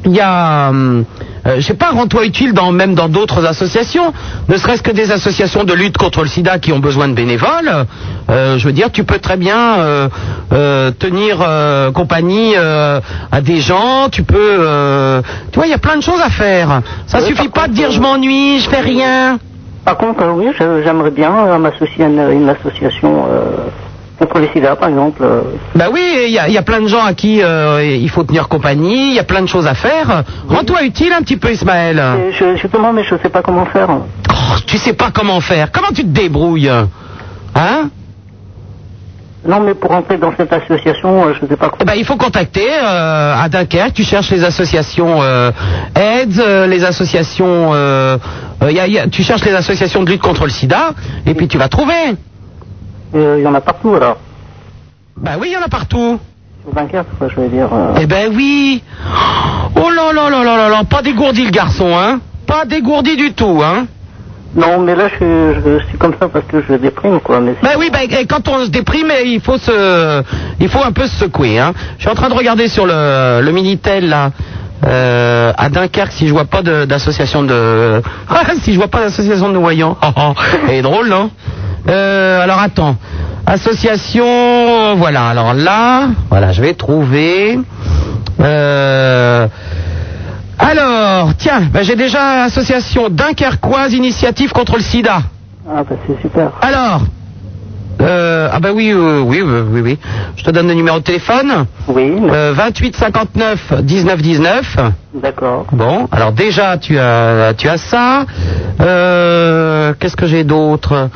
Speaker 1: il y a, hum, euh, je sais pas, rends-toi utile dans, même dans d'autres associations, ne serait-ce que des associations de lutte contre le sida qui ont besoin de bénévoles. Euh, je veux dire, tu peux très bien euh, euh, tenir euh, compagnie euh, à des gens, tu peux... euh, tu vois, il y a plein de choses à faire. Ça
Speaker 11: Oui,
Speaker 1: suffit
Speaker 11: par
Speaker 1: pas de
Speaker 11: contre,
Speaker 1: dire je
Speaker 11: euh,
Speaker 1: m'ennuie, je fais rien.
Speaker 11: Par contre, euh, oui, je- j'aimerais bien euh, m'associer à une, une association euh, contre les sida, par exemple. euh.
Speaker 1: Bah oui, il y a, il y a plein de gens à qui euh, il faut tenir compagnie, il y a plein de choses à faire. Rends-toi utile un petit peu, Ismaël.
Speaker 11: Et je, justement, mais je sais pas comment faire.
Speaker 1: Oh, tu sais pas comment faire. Comment tu te débrouilles Hein
Speaker 11: Non, mais pour entrer dans cette association, euh, je ne sais pas
Speaker 1: Eh
Speaker 11: quoi.
Speaker 1: ben, il faut contacter euh, à Dunkerque. Tu cherches les associations euh, AIDS, euh, les associations. euh, euh, y a- y a- tu cherches les associations de lutte contre le SIDA, et puis tu vas trouver.
Speaker 11: Euh, Il y en a partout alors.
Speaker 1: Bah oui, il y en a partout.
Speaker 11: Sur 24, quoi, je veux dire. euh.
Speaker 1: Eh ben oui. Oh là là là là là là, pas dégourdi le garçon, hein Pas dégourdi du tout, hein
Speaker 8: Non, mais là, je, suis- je, je suis comme ça parce que je déprime, quoi. Mais
Speaker 3: Bah
Speaker 1: Ben oui, ben, et quand on se déprime, eh, il faut se, il faut un peu se secouer. Hein. Je suis en train de regarder sur le, le minitel là. euh, à Dunkerque, si je vois pas de- d'association de, ah, si je vois pas d'association de voyants, Oh, oh. c'est drôle, non Euh, Alors attends, association, voilà. Alors là, voilà, je vais trouver. Euh, alors, tiens, ben, j'ai déjà association Dunkerquoise Initiative contre le SIDA.
Speaker 8: ah, bah, c'est super.
Speaker 1: Alors euh, Ah ben oui, euh, oui, oui, oui, oui. Je te donne le numéro de téléphone.
Speaker 8: Oui, mais-
Speaker 1: Euh, 28 59 19 19.
Speaker 8: d'accord.
Speaker 1: Bon, alors déjà tu as tu as ça. Euh, Qu'est-ce que j'ai d'autre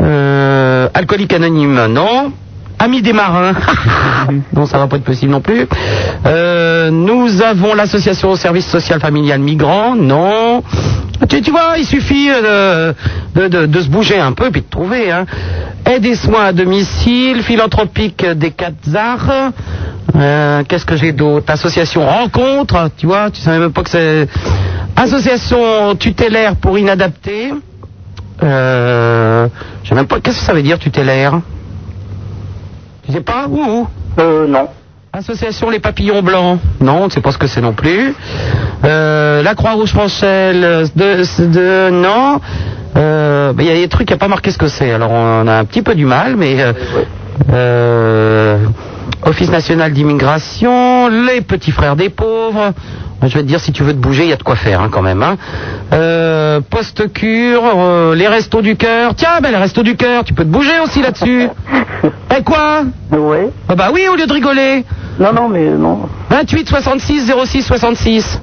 Speaker 1: euh, Alcoolique anonyme, non. Amis des marins. non, ça va pas être possible non plus. Euh, nous avons l'association au service social familial migrant, non. Tu, tu vois, il suffit euh, de, de, de se bouger un peu puis de trouver. Hein. Aide et soins à domicile, philanthropique des quatre arts. Euh, Qu'est-ce que j'ai d'autre Association rencontre, tu vois, tu savais même pas que c'est... Association tutélaire pour inadaptés. Euh, je sais même pas. Qu'est-ce que ça veut dire tutélaire Tu sais pas où, où
Speaker 8: Euh, non.
Speaker 1: Association Les Papillons Blancs. Non, on ne sait pas ce que c'est non plus. Euh, la Croix-Rouge française de, de- non. Euh, ben, Il y a des trucs, il n'y a pas marqué ce que c'est. Alors on a un petit peu du mal, mais euh, euh, Office national d'immigration, les petits frères des pauvres. Je vais te dire, si tu veux te bouger, il y a de quoi faire hein, quand même. Hein. Euh, Post-cure, euh, les restos du cœur. Tiens, ben, les restos du cœur, tu peux te bouger aussi là-dessus. Eh quoi
Speaker 8: Ouais.
Speaker 1: ah bah oui, au lieu de rigoler.
Speaker 8: Non, non, mais non.
Speaker 1: 28 66 06 66.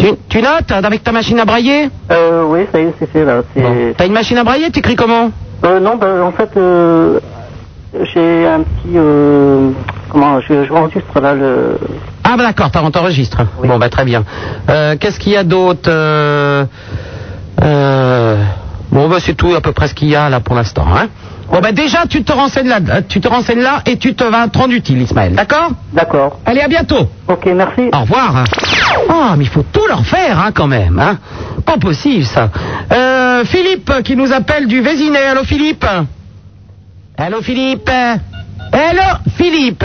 Speaker 1: Tu, tu notes hein, avec ta machine à brailler
Speaker 8: Euh, oui, ça y est, c'est fait, là. C'est...
Speaker 1: Bon. T'as une machine à brailler, t'écris comment
Speaker 8: Euh, non, bah, en fait, euh, j'ai un petit... Euh, comment Je, je enregistre, là, le...
Speaker 1: Ah bah d'accord, t'en- t'enregistres. Bon bah très bien. Euh, Qu'est-ce qu'il y a d'autre Euh, euh, Bon bah c'est tout à peu près ce qu'il y a là pour l'instant. Hein bon bah déjà tu te renseignes là, euh, tu te renseignes là et tu te vas te rendre utile Ismaël, d'accord
Speaker 8: D'accord.
Speaker 1: Allez à bientôt.
Speaker 8: Ok, merci.
Speaker 1: Au revoir. hein. Ah, mais il faut tout leur faire, hein, quand même. Hein. Pas possible, ça. Euh, Philippe, qui nous appelle du Vésinet. Allô, Philippe Allô, Philippe Allô, Philippe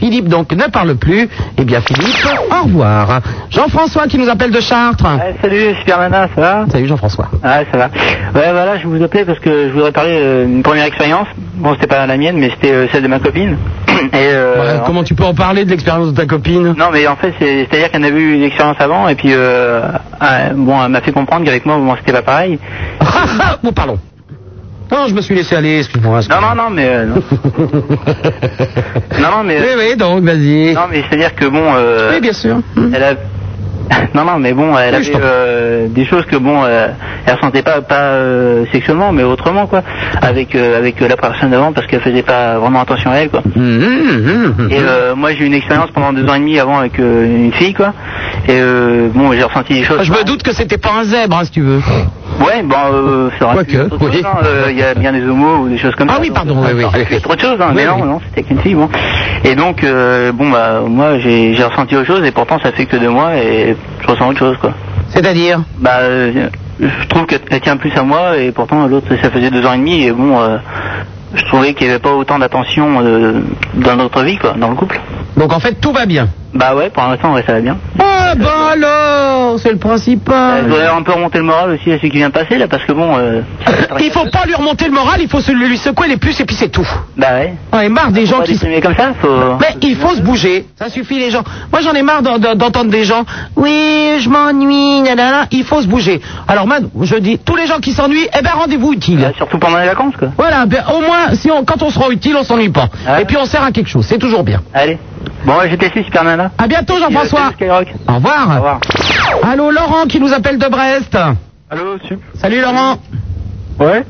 Speaker 1: Philippe, donc, ne parle plus. Eh bien, Philippe, au revoir. Jean-François, qui nous appelle de Chartres.
Speaker 3: Ouais, Ah, salut, Super Nana, ça va
Speaker 1: Salut, Jean-François.
Speaker 3: Ouais, ça va. Ouais, voilà, je vous appelais parce que je voudrais parler euh, d'une première expérience. Bon, c'était pas la mienne, mais c'était euh, celle de ma copine. Et euh,
Speaker 1: Ouais, comment tu peux en parler de l'expérience de ta copine
Speaker 3: Non, mais en fait, c'est- c'est-à-dire qu'elle avait eu une expérience avant, et puis euh, ah, bon, elle m'a fait comprendre qu'avec moi, bon, c'était pas pareil.
Speaker 1: Bon, pardon. Non, je me suis laissé aller, excuse-moi.
Speaker 3: Non, non, non, mais euh, non. Non, non, mais-
Speaker 1: Oui, oui, donc, vas-y.
Speaker 3: non, mais c'est-à-dire que bon, euh,
Speaker 1: Oui, bien sûr.
Speaker 3: elle a. Non, non, mais bon, elle
Speaker 1: Oui, je
Speaker 3: avait
Speaker 1: t'en prie.
Speaker 3: euh, des choses que bon, euh, elle ressentait pas, pas euh, sexuellement, mais autrement quoi, avec euh, avec euh, la personne d'avant, parce qu'elle faisait pas vraiment attention à elle quoi.
Speaker 1: Mm, Mhm.
Speaker 3: Et euh, moi j'ai eu une expérience pendant deux ans et demi avant avec euh, une fille quoi. Et euh, bon j'ai ressenti des choses.
Speaker 1: Ah, Je me doute que c'était pas un zèbre, hein, si tu veux.
Speaker 3: Ouais bon euh, ça aurait
Speaker 1: Quoique,
Speaker 3: pu être autre
Speaker 1: oui.
Speaker 3: chose, hein. Euh, Il y a bien des homos ou des choses comme
Speaker 1: Ah
Speaker 3: ça.
Speaker 1: oui,
Speaker 3: donc,
Speaker 1: pardon,
Speaker 3: euh,
Speaker 1: oui, oui.
Speaker 3: ça aurait pu être autre chose, hein.
Speaker 1: Oui,
Speaker 3: mais non
Speaker 1: oui.
Speaker 3: non c'était qu'une fille bon. Et donc euh, bon bah moi j'ai j'ai ressenti autre chose et pourtant ça fait que deux mois et je ressens autre chose quoi.
Speaker 1: C'est-à-dire
Speaker 3: Bah euh, je trouve qu'elle tient plus à moi et pourtant l'autre ça faisait deux ans et demi et bon euh, je trouvais qu'il n'y avait pas autant d'attention euh, dans notre vie quoi dans le couple.
Speaker 1: Donc en fait, tout va bien.
Speaker 3: Bah ouais pour l'instant ouais ça va bien.
Speaker 1: Ah bah alors, c'est le
Speaker 3: Euh, Je
Speaker 1: principal.
Speaker 3: voudrais un peu remonter le moral aussi à ce qui vient de passer là parce que bon. Euh, ça va être
Speaker 1: Il faut pas lui remonter le moral, il faut se lui secouer les puces et puis c'est tout.
Speaker 3: Bah ouais.
Speaker 1: On est marre des
Speaker 3: Faut
Speaker 1: gens
Speaker 3: pas
Speaker 1: qui... se-
Speaker 3: déprimer comme ça, faut.
Speaker 1: Mais il faut se bouger, ça suffit les gens. Moi j'en ai marre d'en- d'en- d'entendre des gens. Oui, je m'ennuie, nanana. Il faut se bouger. Alors man, je dis, tous les gens qui s'ennuient, eh ben rendez-vous utile.
Speaker 3: Bah, surtout pendant les vacances quoi.
Speaker 1: Voilà, ben, au moins, si on, quand on se rend utile, on s'ennuie pas.
Speaker 3: Ouais.
Speaker 1: Et puis on sert à quelque chose, c'est toujours bien.
Speaker 3: Allez. Bon ouais, j'étais ici Super Nana.
Speaker 1: À bientôt Jean-François.
Speaker 3: Salut, Skyrock.
Speaker 1: Au revoir.
Speaker 3: Au revoir.
Speaker 1: Allô, Laurent qui nous appelle de Brest.
Speaker 2: Allô, Sup
Speaker 1: Salut Laurent.
Speaker 2: Ouais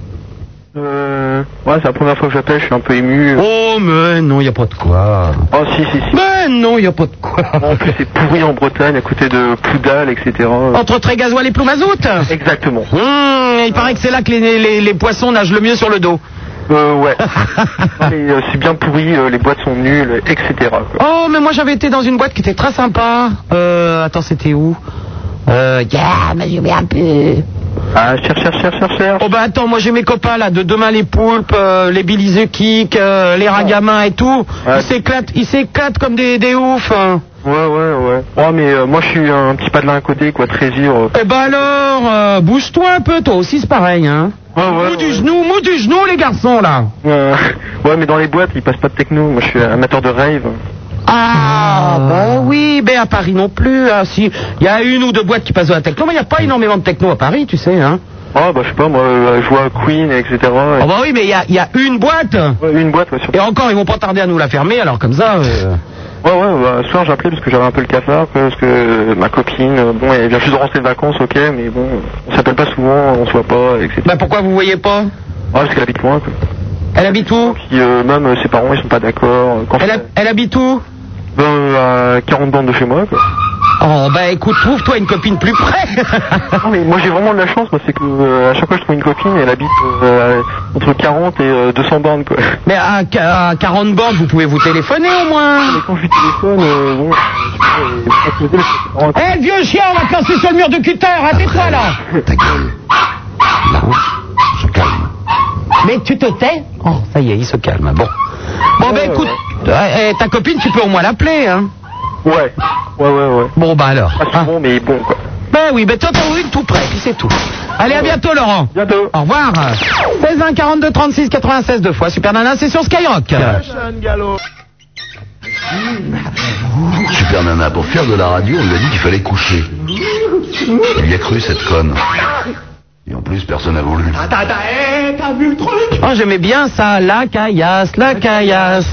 Speaker 2: Euh. Ouais, c'est la première fois que j'appelle, je suis un peu ému.
Speaker 1: Oh, mais non, y a pas de quoi.
Speaker 2: Oh, si, si, si.
Speaker 1: Mais Ben non, y a pas de quoi.
Speaker 3: Oh.
Speaker 2: En plus, c'est pourri en Bretagne, à côté de Poudal, etc.
Speaker 3: Oh.
Speaker 1: Entre Trégasoil et Ploumazout
Speaker 2: Exactement.
Speaker 1: Hum, Il paraît que c'est là que les, les- les poissons nagent le mieux sur le dos.
Speaker 2: Euh, ouais. Non, mais euh, c'est bien pourri, euh, les boîtes sont nulles, etc. quoi.
Speaker 1: Oh, mais moi j'avais été dans une boîte qui était très sympa. Euh, attends, c'était où Euh, yeah, mais j'ai bien pu.
Speaker 10: Ah, cherche, cherche, cherche, cherche, cherche.
Speaker 1: Oh bah attends, moi j'ai mes copains là, de demain les poulpes, euh, les Billy the Kick, euh, les ragamins et tout. Ils s'éclatent, ils s'éclatent comme des, des oufs. hein.
Speaker 4: Ouais, ouais, ouais. Ouais, mais euh, moi je suis un petit pas de l'un côté, quoi, très dur.
Speaker 1: Eh ben alors, euh, bouge-toi un peu, toi aussi c'est pareil, hein. mou du genou, mou du genou les garçons là.
Speaker 4: Euh, ouais, mais dans les boîtes, ils passent pas de techno. Moi je suis amateur de rave.
Speaker 1: Ah, bon oui, ben à Paris non plus. hein, si, il y a une ou deux boîtes qui passent de la techno, mais il n'y a pas énormément de techno à Paris, tu sais, hein.
Speaker 4: Ah, bah je sais pas, moi euh, je vois Queen, etc.
Speaker 1: Ah bah oui, mais il y a, il y a une boîte.
Speaker 4: une boîte, ouais,
Speaker 1: Et encore, ils vont pas tarder à nous la fermer, alors comme ça. euh,
Speaker 4: Ouais, ouais, bah, ce soir j'ai appelé parce que j'avais un peu le cafard, quoi, parce que euh, ma copine, euh, bon, elle vient juste de rentrer de vacances, ok, mais bon, on s'appelle pas souvent, on se voit pas, etc.
Speaker 1: Bah pourquoi vous voyez pas Ouais,
Speaker 4: parce qu'elle habite loin, quoi.
Speaker 1: Elle habite où
Speaker 4: Puis euh, même euh, ses parents, ils sont pas d'accord. euh, Quand
Speaker 1: Elle, hab- elle habite où
Speaker 4: Ben, euh, à 40 bandes de chez moi, quoi.
Speaker 1: Oh bah écoute, trouve-toi une copine plus près.
Speaker 4: Non, mais moi j'ai vraiment de la chance, moi, c'est que euh, à chaque fois que je trouve une copine, elle habite euh, à- entre 40 et euh, 200 bandes, quoi.
Speaker 1: mais à, ca- à 40 bandes, vous pouvez vous téléphoner au moins.
Speaker 4: Mais quand je lui téléphone, euh, bon, euh, je me dis, mais c'est vraiment
Speaker 1: Eh vieux chien, on va te lancer sur le mur de cutter, hein, tais-toi là.
Speaker 2: Ta gueule. Là, se calme.
Speaker 1: Mais tu te tais Oh, ça y est, il se calme. Bon. Bon, ben écoute, eh, eh, ta copine, tu peux au moins l'appeler, hein
Speaker 4: Ouais, ouais, ouais, ouais.
Speaker 1: Bon, bah alors.
Speaker 4: Pas souvent, mais bon, quoi.
Speaker 1: Ben oui, ben toi, t'en veux une tout près, puis c'est tout. Allez, à bientôt, Laurent.
Speaker 4: Bientôt.
Speaker 1: Au revoir. 16 1 42 36 96 deux fois. Super Nana, c'est sur Skyrock.
Speaker 2: Super Nana, pour faire de la radio, on lui a dit qu'il fallait coucher. Il y a cru, cette conne. Et en plus, personne n'a voulu.
Speaker 1: Oh, j'aimais bien ça, la caillasse, la caillasse.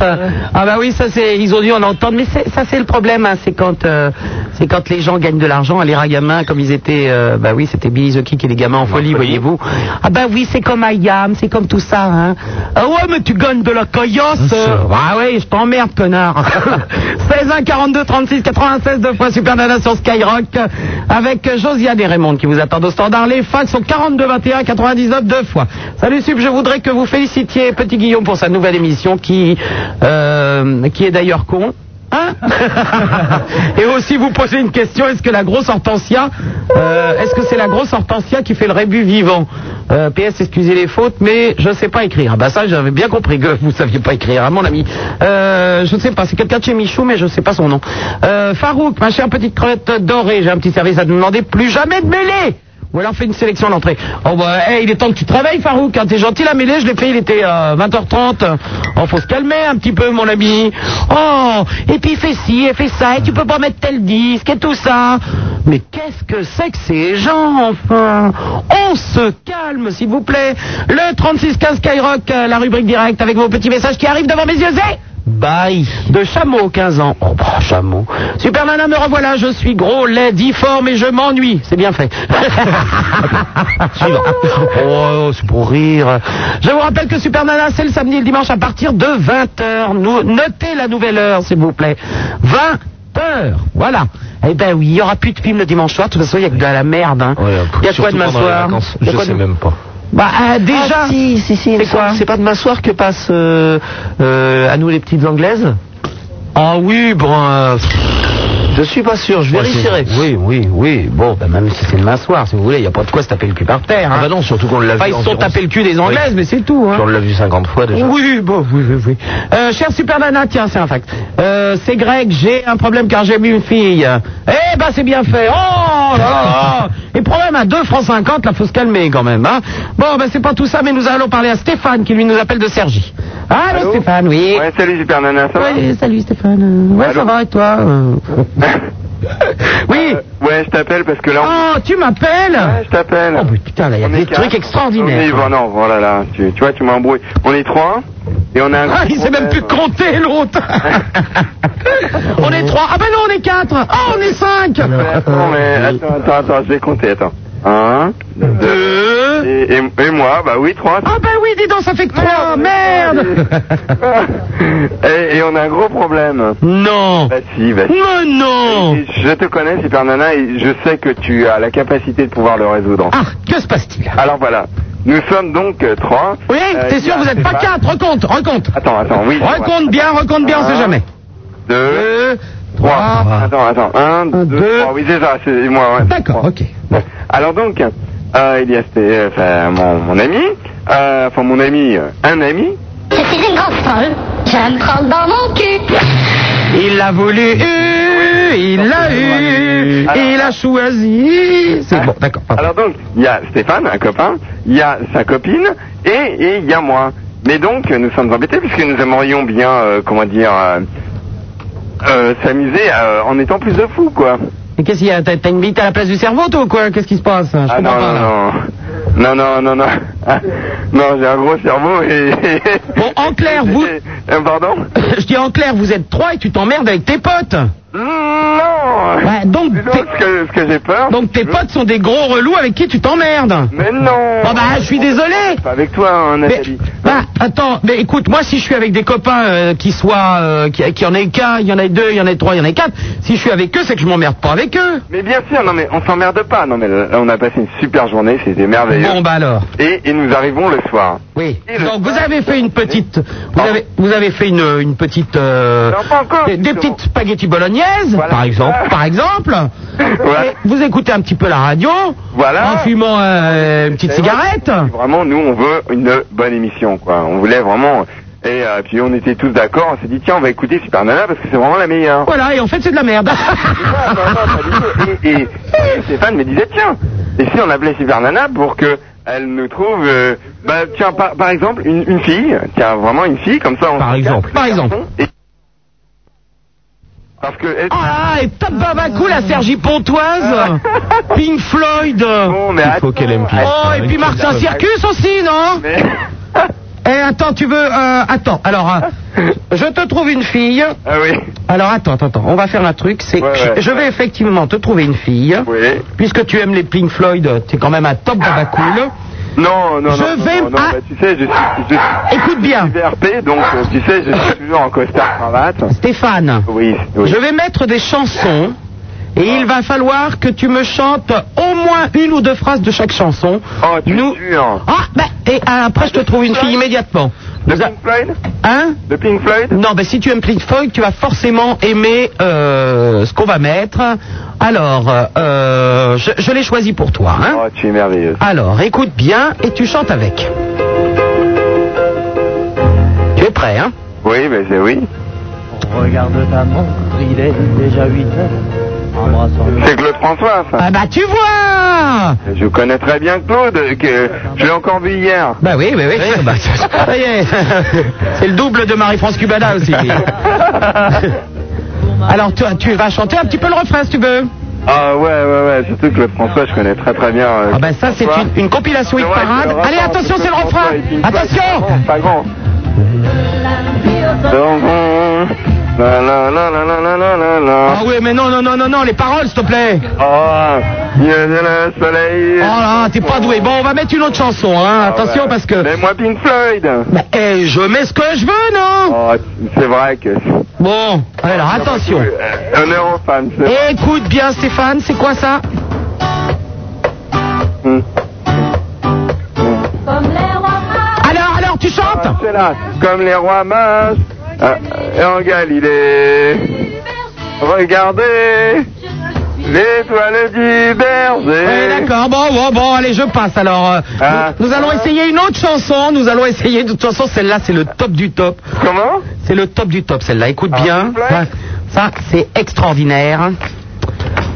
Speaker 1: Ah bah oui, ça c'est, ils ont dû en entendre, mais c'est- ça c'est le problème, hein, c'est quand, euh, c'est quand les gens gagnent de l'argent, les ragamins, comme ils étaient, euh, bah oui, c'était Billy the Kick et les gamins en folie, voyez-vous. Ah bah oui, c'est comme Ayam, c'est comme tout ça, hein. Ah ouais, mais tu gagnes de la caillasse. Ah ouais, je t'emmerde, connard. 16 1 42 36 96 deux fois Super Nana sur Skyrock avec Josiane et Raymond qui vous attendent au standard. Les fax sont 42 21 99 deux fois. Salut Sub, je voudrais que vous félicitiez Petit Guillaume pour sa nouvelle émission qui euh, qui est d'ailleurs con. Hein et aussi vous posez une question est-ce que la grosse Hortensia euh, est-ce que c'est la grosse Hortensia qui fait le rébut vivant Euh, PS excusez les fautes mais je sais pas écrire ah bah ça j'avais bien compris que vous saviez pas écrire hein, mon ami euh, je sais pas c'est quelqu'un de chez Michou mais je sais pas son nom euh, Farouk ma chère petite crevette dorée j'ai un petit service à te demander plus jamais de mêlée ou alors fais une sélection à l'entrée. Oh bah, eh, il est temps que tu travailles, Farouk. Hein, T'es gentil, la mêlée, je l'ai fait, il était euh, 20h30. Oh, faut se calmer un petit peu, mon ami. Oh, et puis fais ci, et fais ça, et tu peux pas mettre tel disque, et tout ça. Mais qu'est-ce que c'est que ces gens, enfin On se calme, s'il vous plaît. Le 3615 Skyrock, euh, la rubrique directe avec vos petits messages qui arrivent devant mes yeux, c'est... Bye. De chameau, 15 ans. Oh, bah, chameau. Super Nana, me revoilà. Je suis gros, laid, difforme et je m'ennuie. C'est bien fait. Suivant. oh, c'est pour rire. Je vous rappelle que Super Nana, c'est le samedi et le dimanche à partir de 20h. Nous- Notez la nouvelle heure, s'il vous plaît. 20 heures. Voilà. Eh ben oui, il n'y aura plus de film le dimanche soir. De toute façon, il n'y a que de la merde. hein. Il y a quoi demain soir Il y a quoi de-
Speaker 12: pas.
Speaker 1: Bah, euh, déjà.
Speaker 13: Ah, si, si, si, il me
Speaker 1: C'est quoi
Speaker 13: semble.
Speaker 12: C'est pas demain soir que passe euh, euh, à nous les petites anglaises
Speaker 1: Ah oui, bon. euh,
Speaker 12: Je suis pas sûr, je
Speaker 1: Ouais, c'est-
Speaker 12: vérifierai.
Speaker 1: Oui, oui, oui. Bon, bah, même si c'est demain soir, si vous voulez, il n'y a pas de quoi se taper le cul par terre. hein.
Speaker 12: Ah bah non, surtout qu'on l'a
Speaker 1: Enfin,
Speaker 12: vu.
Speaker 1: ils se sont
Speaker 12: environ-
Speaker 1: tapés le cul des Anglaises, mais c'est tout. Hein.
Speaker 12: On l'a vu 50 fois déjà.
Speaker 1: Oui, bon, oui, oui, oui. Euh, cher Super Nana, tiens, c'est un fact. Euh, c'est Greg, j'ai un problème car j'ai vu une fille. Eh ben, c'est bien fait. Oh là là Et problème à 2 francs 50, là, faut se calmer quand même. Hein. Bon, ben, c'est pas tout ça, mais nous allons parler à Stéphane qui lui nous appelle de Sergi. Allô,
Speaker 4: Allô
Speaker 1: Stéphane, oui.
Speaker 4: Ouais, salut Super Nana, ça va
Speaker 1: Ouais, salut Stéphane. Ouais, ça
Speaker 4: Allô
Speaker 1: va et toi Euh, Oui.
Speaker 4: Euh, Ouais, je t'appelle parce que là. on-
Speaker 1: Oh, tu m'appelles
Speaker 4: Ouais, je t'appelle.
Speaker 1: Oh mais putain, là, il y a
Speaker 4: On
Speaker 1: des
Speaker 4: est quatre.
Speaker 1: trucs extraordinaires.
Speaker 4: Oui, bon, non, voilà, là, tu, tu vois, tu m'embrouilles. On est trois, et on a un.
Speaker 1: Ah, il sait même plus compter, l'autre On est trois Ah ben non, on est quatre Ah, on est cinq
Speaker 4: Ouais, attends, mais attends, attends, attends, je vais compter, attends. Un, deux,
Speaker 1: Deux
Speaker 4: et, et- et moi, bah oui, trois.
Speaker 1: Ah ben oui, dis donc, ça fait que trois Merde Ah.
Speaker 4: et, et on a un gros problème.
Speaker 1: Non
Speaker 4: Bah si, bah si.
Speaker 1: Mais non
Speaker 4: Et Je te connais, Super Nana, et je sais que tu as la capacité de pouvoir le résoudre.
Speaker 1: Ah, que se passe-t-il
Speaker 4: Alors voilà, nous sommes donc euh, trois.
Speaker 1: Oui,
Speaker 4: Euh,
Speaker 1: t'es
Speaker 4: il y a
Speaker 1: sûr, vous êtes pas
Speaker 4: Stéphane.
Speaker 1: quatre Recompte, recompte
Speaker 4: Attends, attends, oui.
Speaker 1: Recompte bien, recompte bien, on sait
Speaker 4: Un,
Speaker 1: jamais
Speaker 4: Deux,
Speaker 1: Deux,
Speaker 4: trois.
Speaker 1: trois
Speaker 4: Attends, attends. Un, deux,
Speaker 1: deux.
Speaker 4: trois. Oui, déjà, c'est moi, ouais.
Speaker 1: D'accord,
Speaker 4: Trois.
Speaker 1: ok.
Speaker 4: Alors donc, euh, Elias, c'était enfin, mon, mon ami, euh, enfin mon ami, euh, un ami.
Speaker 5: Je suis une grosse folle. Je vais me prendre dans mon cul.
Speaker 1: Il l'a voulu, eu, il l'a eu, il a choisi. C'est bon, d'accord.
Speaker 4: Alors donc, il y a Stéphane, un copain, il y a sa copine, et et il y a moi. Mais donc, nous sommes embêtés puisque nous aimerions bien, euh, comment dire, euh, euh, s'amuser euh, en étant plus de fous, quoi.
Speaker 1: Mais qu'est-ce qu'il y a T'as t'as une bite à la place du cerveau, toi, ou quoi Qu'est-ce qui se passe Je
Speaker 4: Ah
Speaker 1: comprends
Speaker 4: non,
Speaker 1: pas, là.
Speaker 4: non, non, non, non, non, Ah, non, j'ai un gros cerveau et... euh,
Speaker 1: Bon, en clair, vous...
Speaker 4: Pardon
Speaker 1: Je dis en clair, vous êtes trois et tu t'emmerdes avec tes potes.
Speaker 4: Non
Speaker 1: ouais, Donc, tes-
Speaker 4: ce que, ce que j'ai peur...
Speaker 1: donc tes potes sont des gros relous avec qui tu t'emmerdes.
Speaker 4: Mais non
Speaker 1: Bon bah, je suis désolé
Speaker 4: Pas avec toi, hein, Nathalie.
Speaker 1: Bah, attends, mais écoute, moi si je suis avec des copains euh, qui soient, euh, qui, qui en ait qu'un, il y en a deux, il y en a trois, il y en a quatre, si je suis avec eux, c'est que je m'emmerde pas avec eux.
Speaker 4: Mais bien sûr, non mais on s'emmerde pas. Non mais là, on a passé une super journée, c'était merveilleux.
Speaker 1: Bon bah alors.
Speaker 4: Et, et nous arrivons le soir.
Speaker 1: Oui. Donc vous avez fait une petite, vous avez, vous avez fait une, une petite, euh, des, des petites spaghettis bolognaises, par exemple, par exemple. Et Vous écoutez un petit peu la radio,
Speaker 4: Voilà.
Speaker 1: en fumant euh, une petite
Speaker 4: C'est vrai.
Speaker 1: cigarette.
Speaker 4: Vraiment, nous, on veut une bonne émission, quoi. On voulait vraiment. Et euh, puis on était tous d'accord. On s'est dit tiens, on va écouter Super Nana parce que c'est vraiment la meilleure.
Speaker 1: Voilà, et en fait c'est de la merde.
Speaker 4: Et, et- et Stéphane me disait tiens, et si on appelait Super Nana pour que elle nous trouve, euh, bah tiens, par, par exemple une, une fille, tiens vraiment une fille comme ça. On par exemple.
Speaker 1: Par exemple.
Speaker 4: Parce que elle-
Speaker 1: Ah, et top babacou, la Sergi Pontoise, Pink Floyd.
Speaker 4: Il faut qu'elle aime
Speaker 1: Oh, et puis Martin Circus aussi, non Eh, attends, tu veux... euh, attends, alors, euh, je te trouve une fille.
Speaker 4: Ah oui.
Speaker 1: Alors, attends, attends, attends, on va faire un truc, c'est que
Speaker 4: ouais,
Speaker 1: je vais effectivement te trouver une fille.
Speaker 4: Oui.
Speaker 1: Puisque tu aimes les Pink Floyd, t'es quand même un top babacool.
Speaker 4: Non, non,
Speaker 1: Je
Speaker 4: non, non,
Speaker 1: vais-
Speaker 4: non, non,
Speaker 1: Ah.
Speaker 4: bah, tu sais, je suis, je suis-
Speaker 1: Écoute bien.
Speaker 4: je suis VRP, donc euh, tu sais, je suis toujours en costard cravate.
Speaker 1: Stéphane,
Speaker 4: Oui, oui.
Speaker 1: je vais mettre des chansons et il va falloir que tu me chantes au moins une ou deux phrases de chaque chanson.
Speaker 4: Oh, tu
Speaker 1: Nous-
Speaker 4: es sûr.
Speaker 1: Ah, ben, et euh, après, je te trouve une fille immédiatement.
Speaker 4: De Pink Floyd
Speaker 1: Hein
Speaker 4: De Pink Floyd
Speaker 1: Non, ben, si tu aimes Pink Floyd, tu vas forcément aimer euh, ce qu'on va mettre. Alors, euh, je, je l'ai choisi pour toi. Hein
Speaker 4: Oh, tu es merveilleuse.
Speaker 1: Alors, écoute bien et tu chantes avec. Tu es prêt, hein
Speaker 4: Oui, mais c'est oui.
Speaker 14: Regarde ta montre, il est déjà 8 heures. Embrassons-nous.
Speaker 4: C'est Claude François, ça.
Speaker 1: Ah bah tu vois
Speaker 4: Je connais très bien Claude, que je l'ai encore vu hier.
Speaker 1: Bah oui, oui, oui. bah, ça, ça y est. C'est le double de Marie-France Cubana aussi. Alors, toi, tu vas chanter un petit peu le refrain si tu veux.
Speaker 4: Ah ouais, ouais, ouais, surtout Claude François, je connais très très bien. euh,
Speaker 1: Ah ben ça c'est une, une compilation hit
Speaker 4: Ouais,
Speaker 1: parade.
Speaker 4: le refrain,
Speaker 1: Allez attention c'est le
Speaker 4: Claude
Speaker 1: refrain.
Speaker 4: François et Pink Floyd.
Speaker 1: Attention.
Speaker 4: Pas grand. Donc, euh, la, la, la, la, la, la, la, la.
Speaker 1: Ah oui mais non non non non non les paroles s'il te plaît.
Speaker 4: Oh, il y a de la soleil.
Speaker 1: Oh là t'es pas doué. Bon on va mettre une autre chanson hein. Attention
Speaker 4: Ah ouais.
Speaker 1: parce que.
Speaker 4: Mais moi Pink Floyd.
Speaker 1: Bah, eh, je mets ce que je veux non.
Speaker 4: Oh, c'est vrai que.
Speaker 1: Bon alors attention.
Speaker 4: Euh, Honneur aux femmes. c'est vrai.
Speaker 1: Écoute bien Stéphane c'est quoi ça?
Speaker 4: Hmm.
Speaker 1: Alors alors tu chantes.
Speaker 4: C'est là, comme les rois mages euh, et en Galilée. Regardez l'étoile du
Speaker 1: Oui,
Speaker 4: berger.
Speaker 1: d'accord. Bon, bon, bon, allez, je passe. Alors, euh,
Speaker 4: Ah.
Speaker 1: nous, nous allons essayer une autre chanson. Nous allons essayer. De toute façon, celle-là, c'est le top du top.
Speaker 4: Comment
Speaker 1: C'est le top du top, celle-là. Écoute
Speaker 4: Ah,
Speaker 1: bien.
Speaker 4: s'il vous plaît.
Speaker 1: Ça, ça, c'est extraordinaire.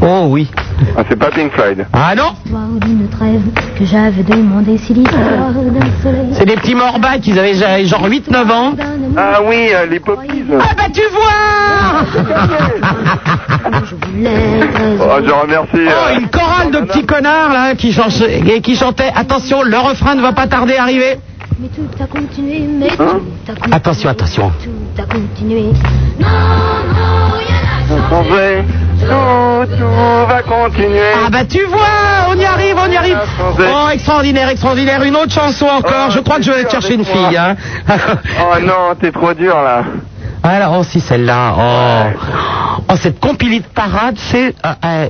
Speaker 1: Oh oui.
Speaker 4: Ah, C'est pas Pink Floyd.
Speaker 1: Ah non,
Speaker 5: Soir d'une trêve que j'avais demandé si l'histoire d'un soleil.
Speaker 1: c'est des petits morbacs. Ils avaient ja- genre 8-9
Speaker 15: hein
Speaker 1: ans.
Speaker 4: Ah oui, euh, les poppies.
Speaker 1: Ah bah tu vois
Speaker 4: Oh, je remercie.
Speaker 1: Oh,
Speaker 4: euh,
Speaker 1: une chorale de petits connards là qui, chantaient, qui chantaient. Attention, le refrain ne va pas tarder à arriver.
Speaker 5: Mais tout a continué, mais
Speaker 4: Hein
Speaker 5: tout a continué.
Speaker 1: Attention, attention.
Speaker 5: Tout a continué.
Speaker 4: On veut- Tout, tout va continuer.
Speaker 1: Ah bah tu vois, on y arrive, on y arrive.
Speaker 4: Ah,
Speaker 1: Oh extraordinaire, extraordinaire, une autre chanson encore.
Speaker 4: Oh,
Speaker 1: Je crois que je vais
Speaker 4: c'est
Speaker 1: chercher
Speaker 4: sûr,
Speaker 1: une
Speaker 4: des fois.
Speaker 1: fille. Hein.
Speaker 4: Oh non, t'es trop dur là.
Speaker 1: Alors oh si celle-là. Oh. oh cette compilée de parade, c'est. euh, euh,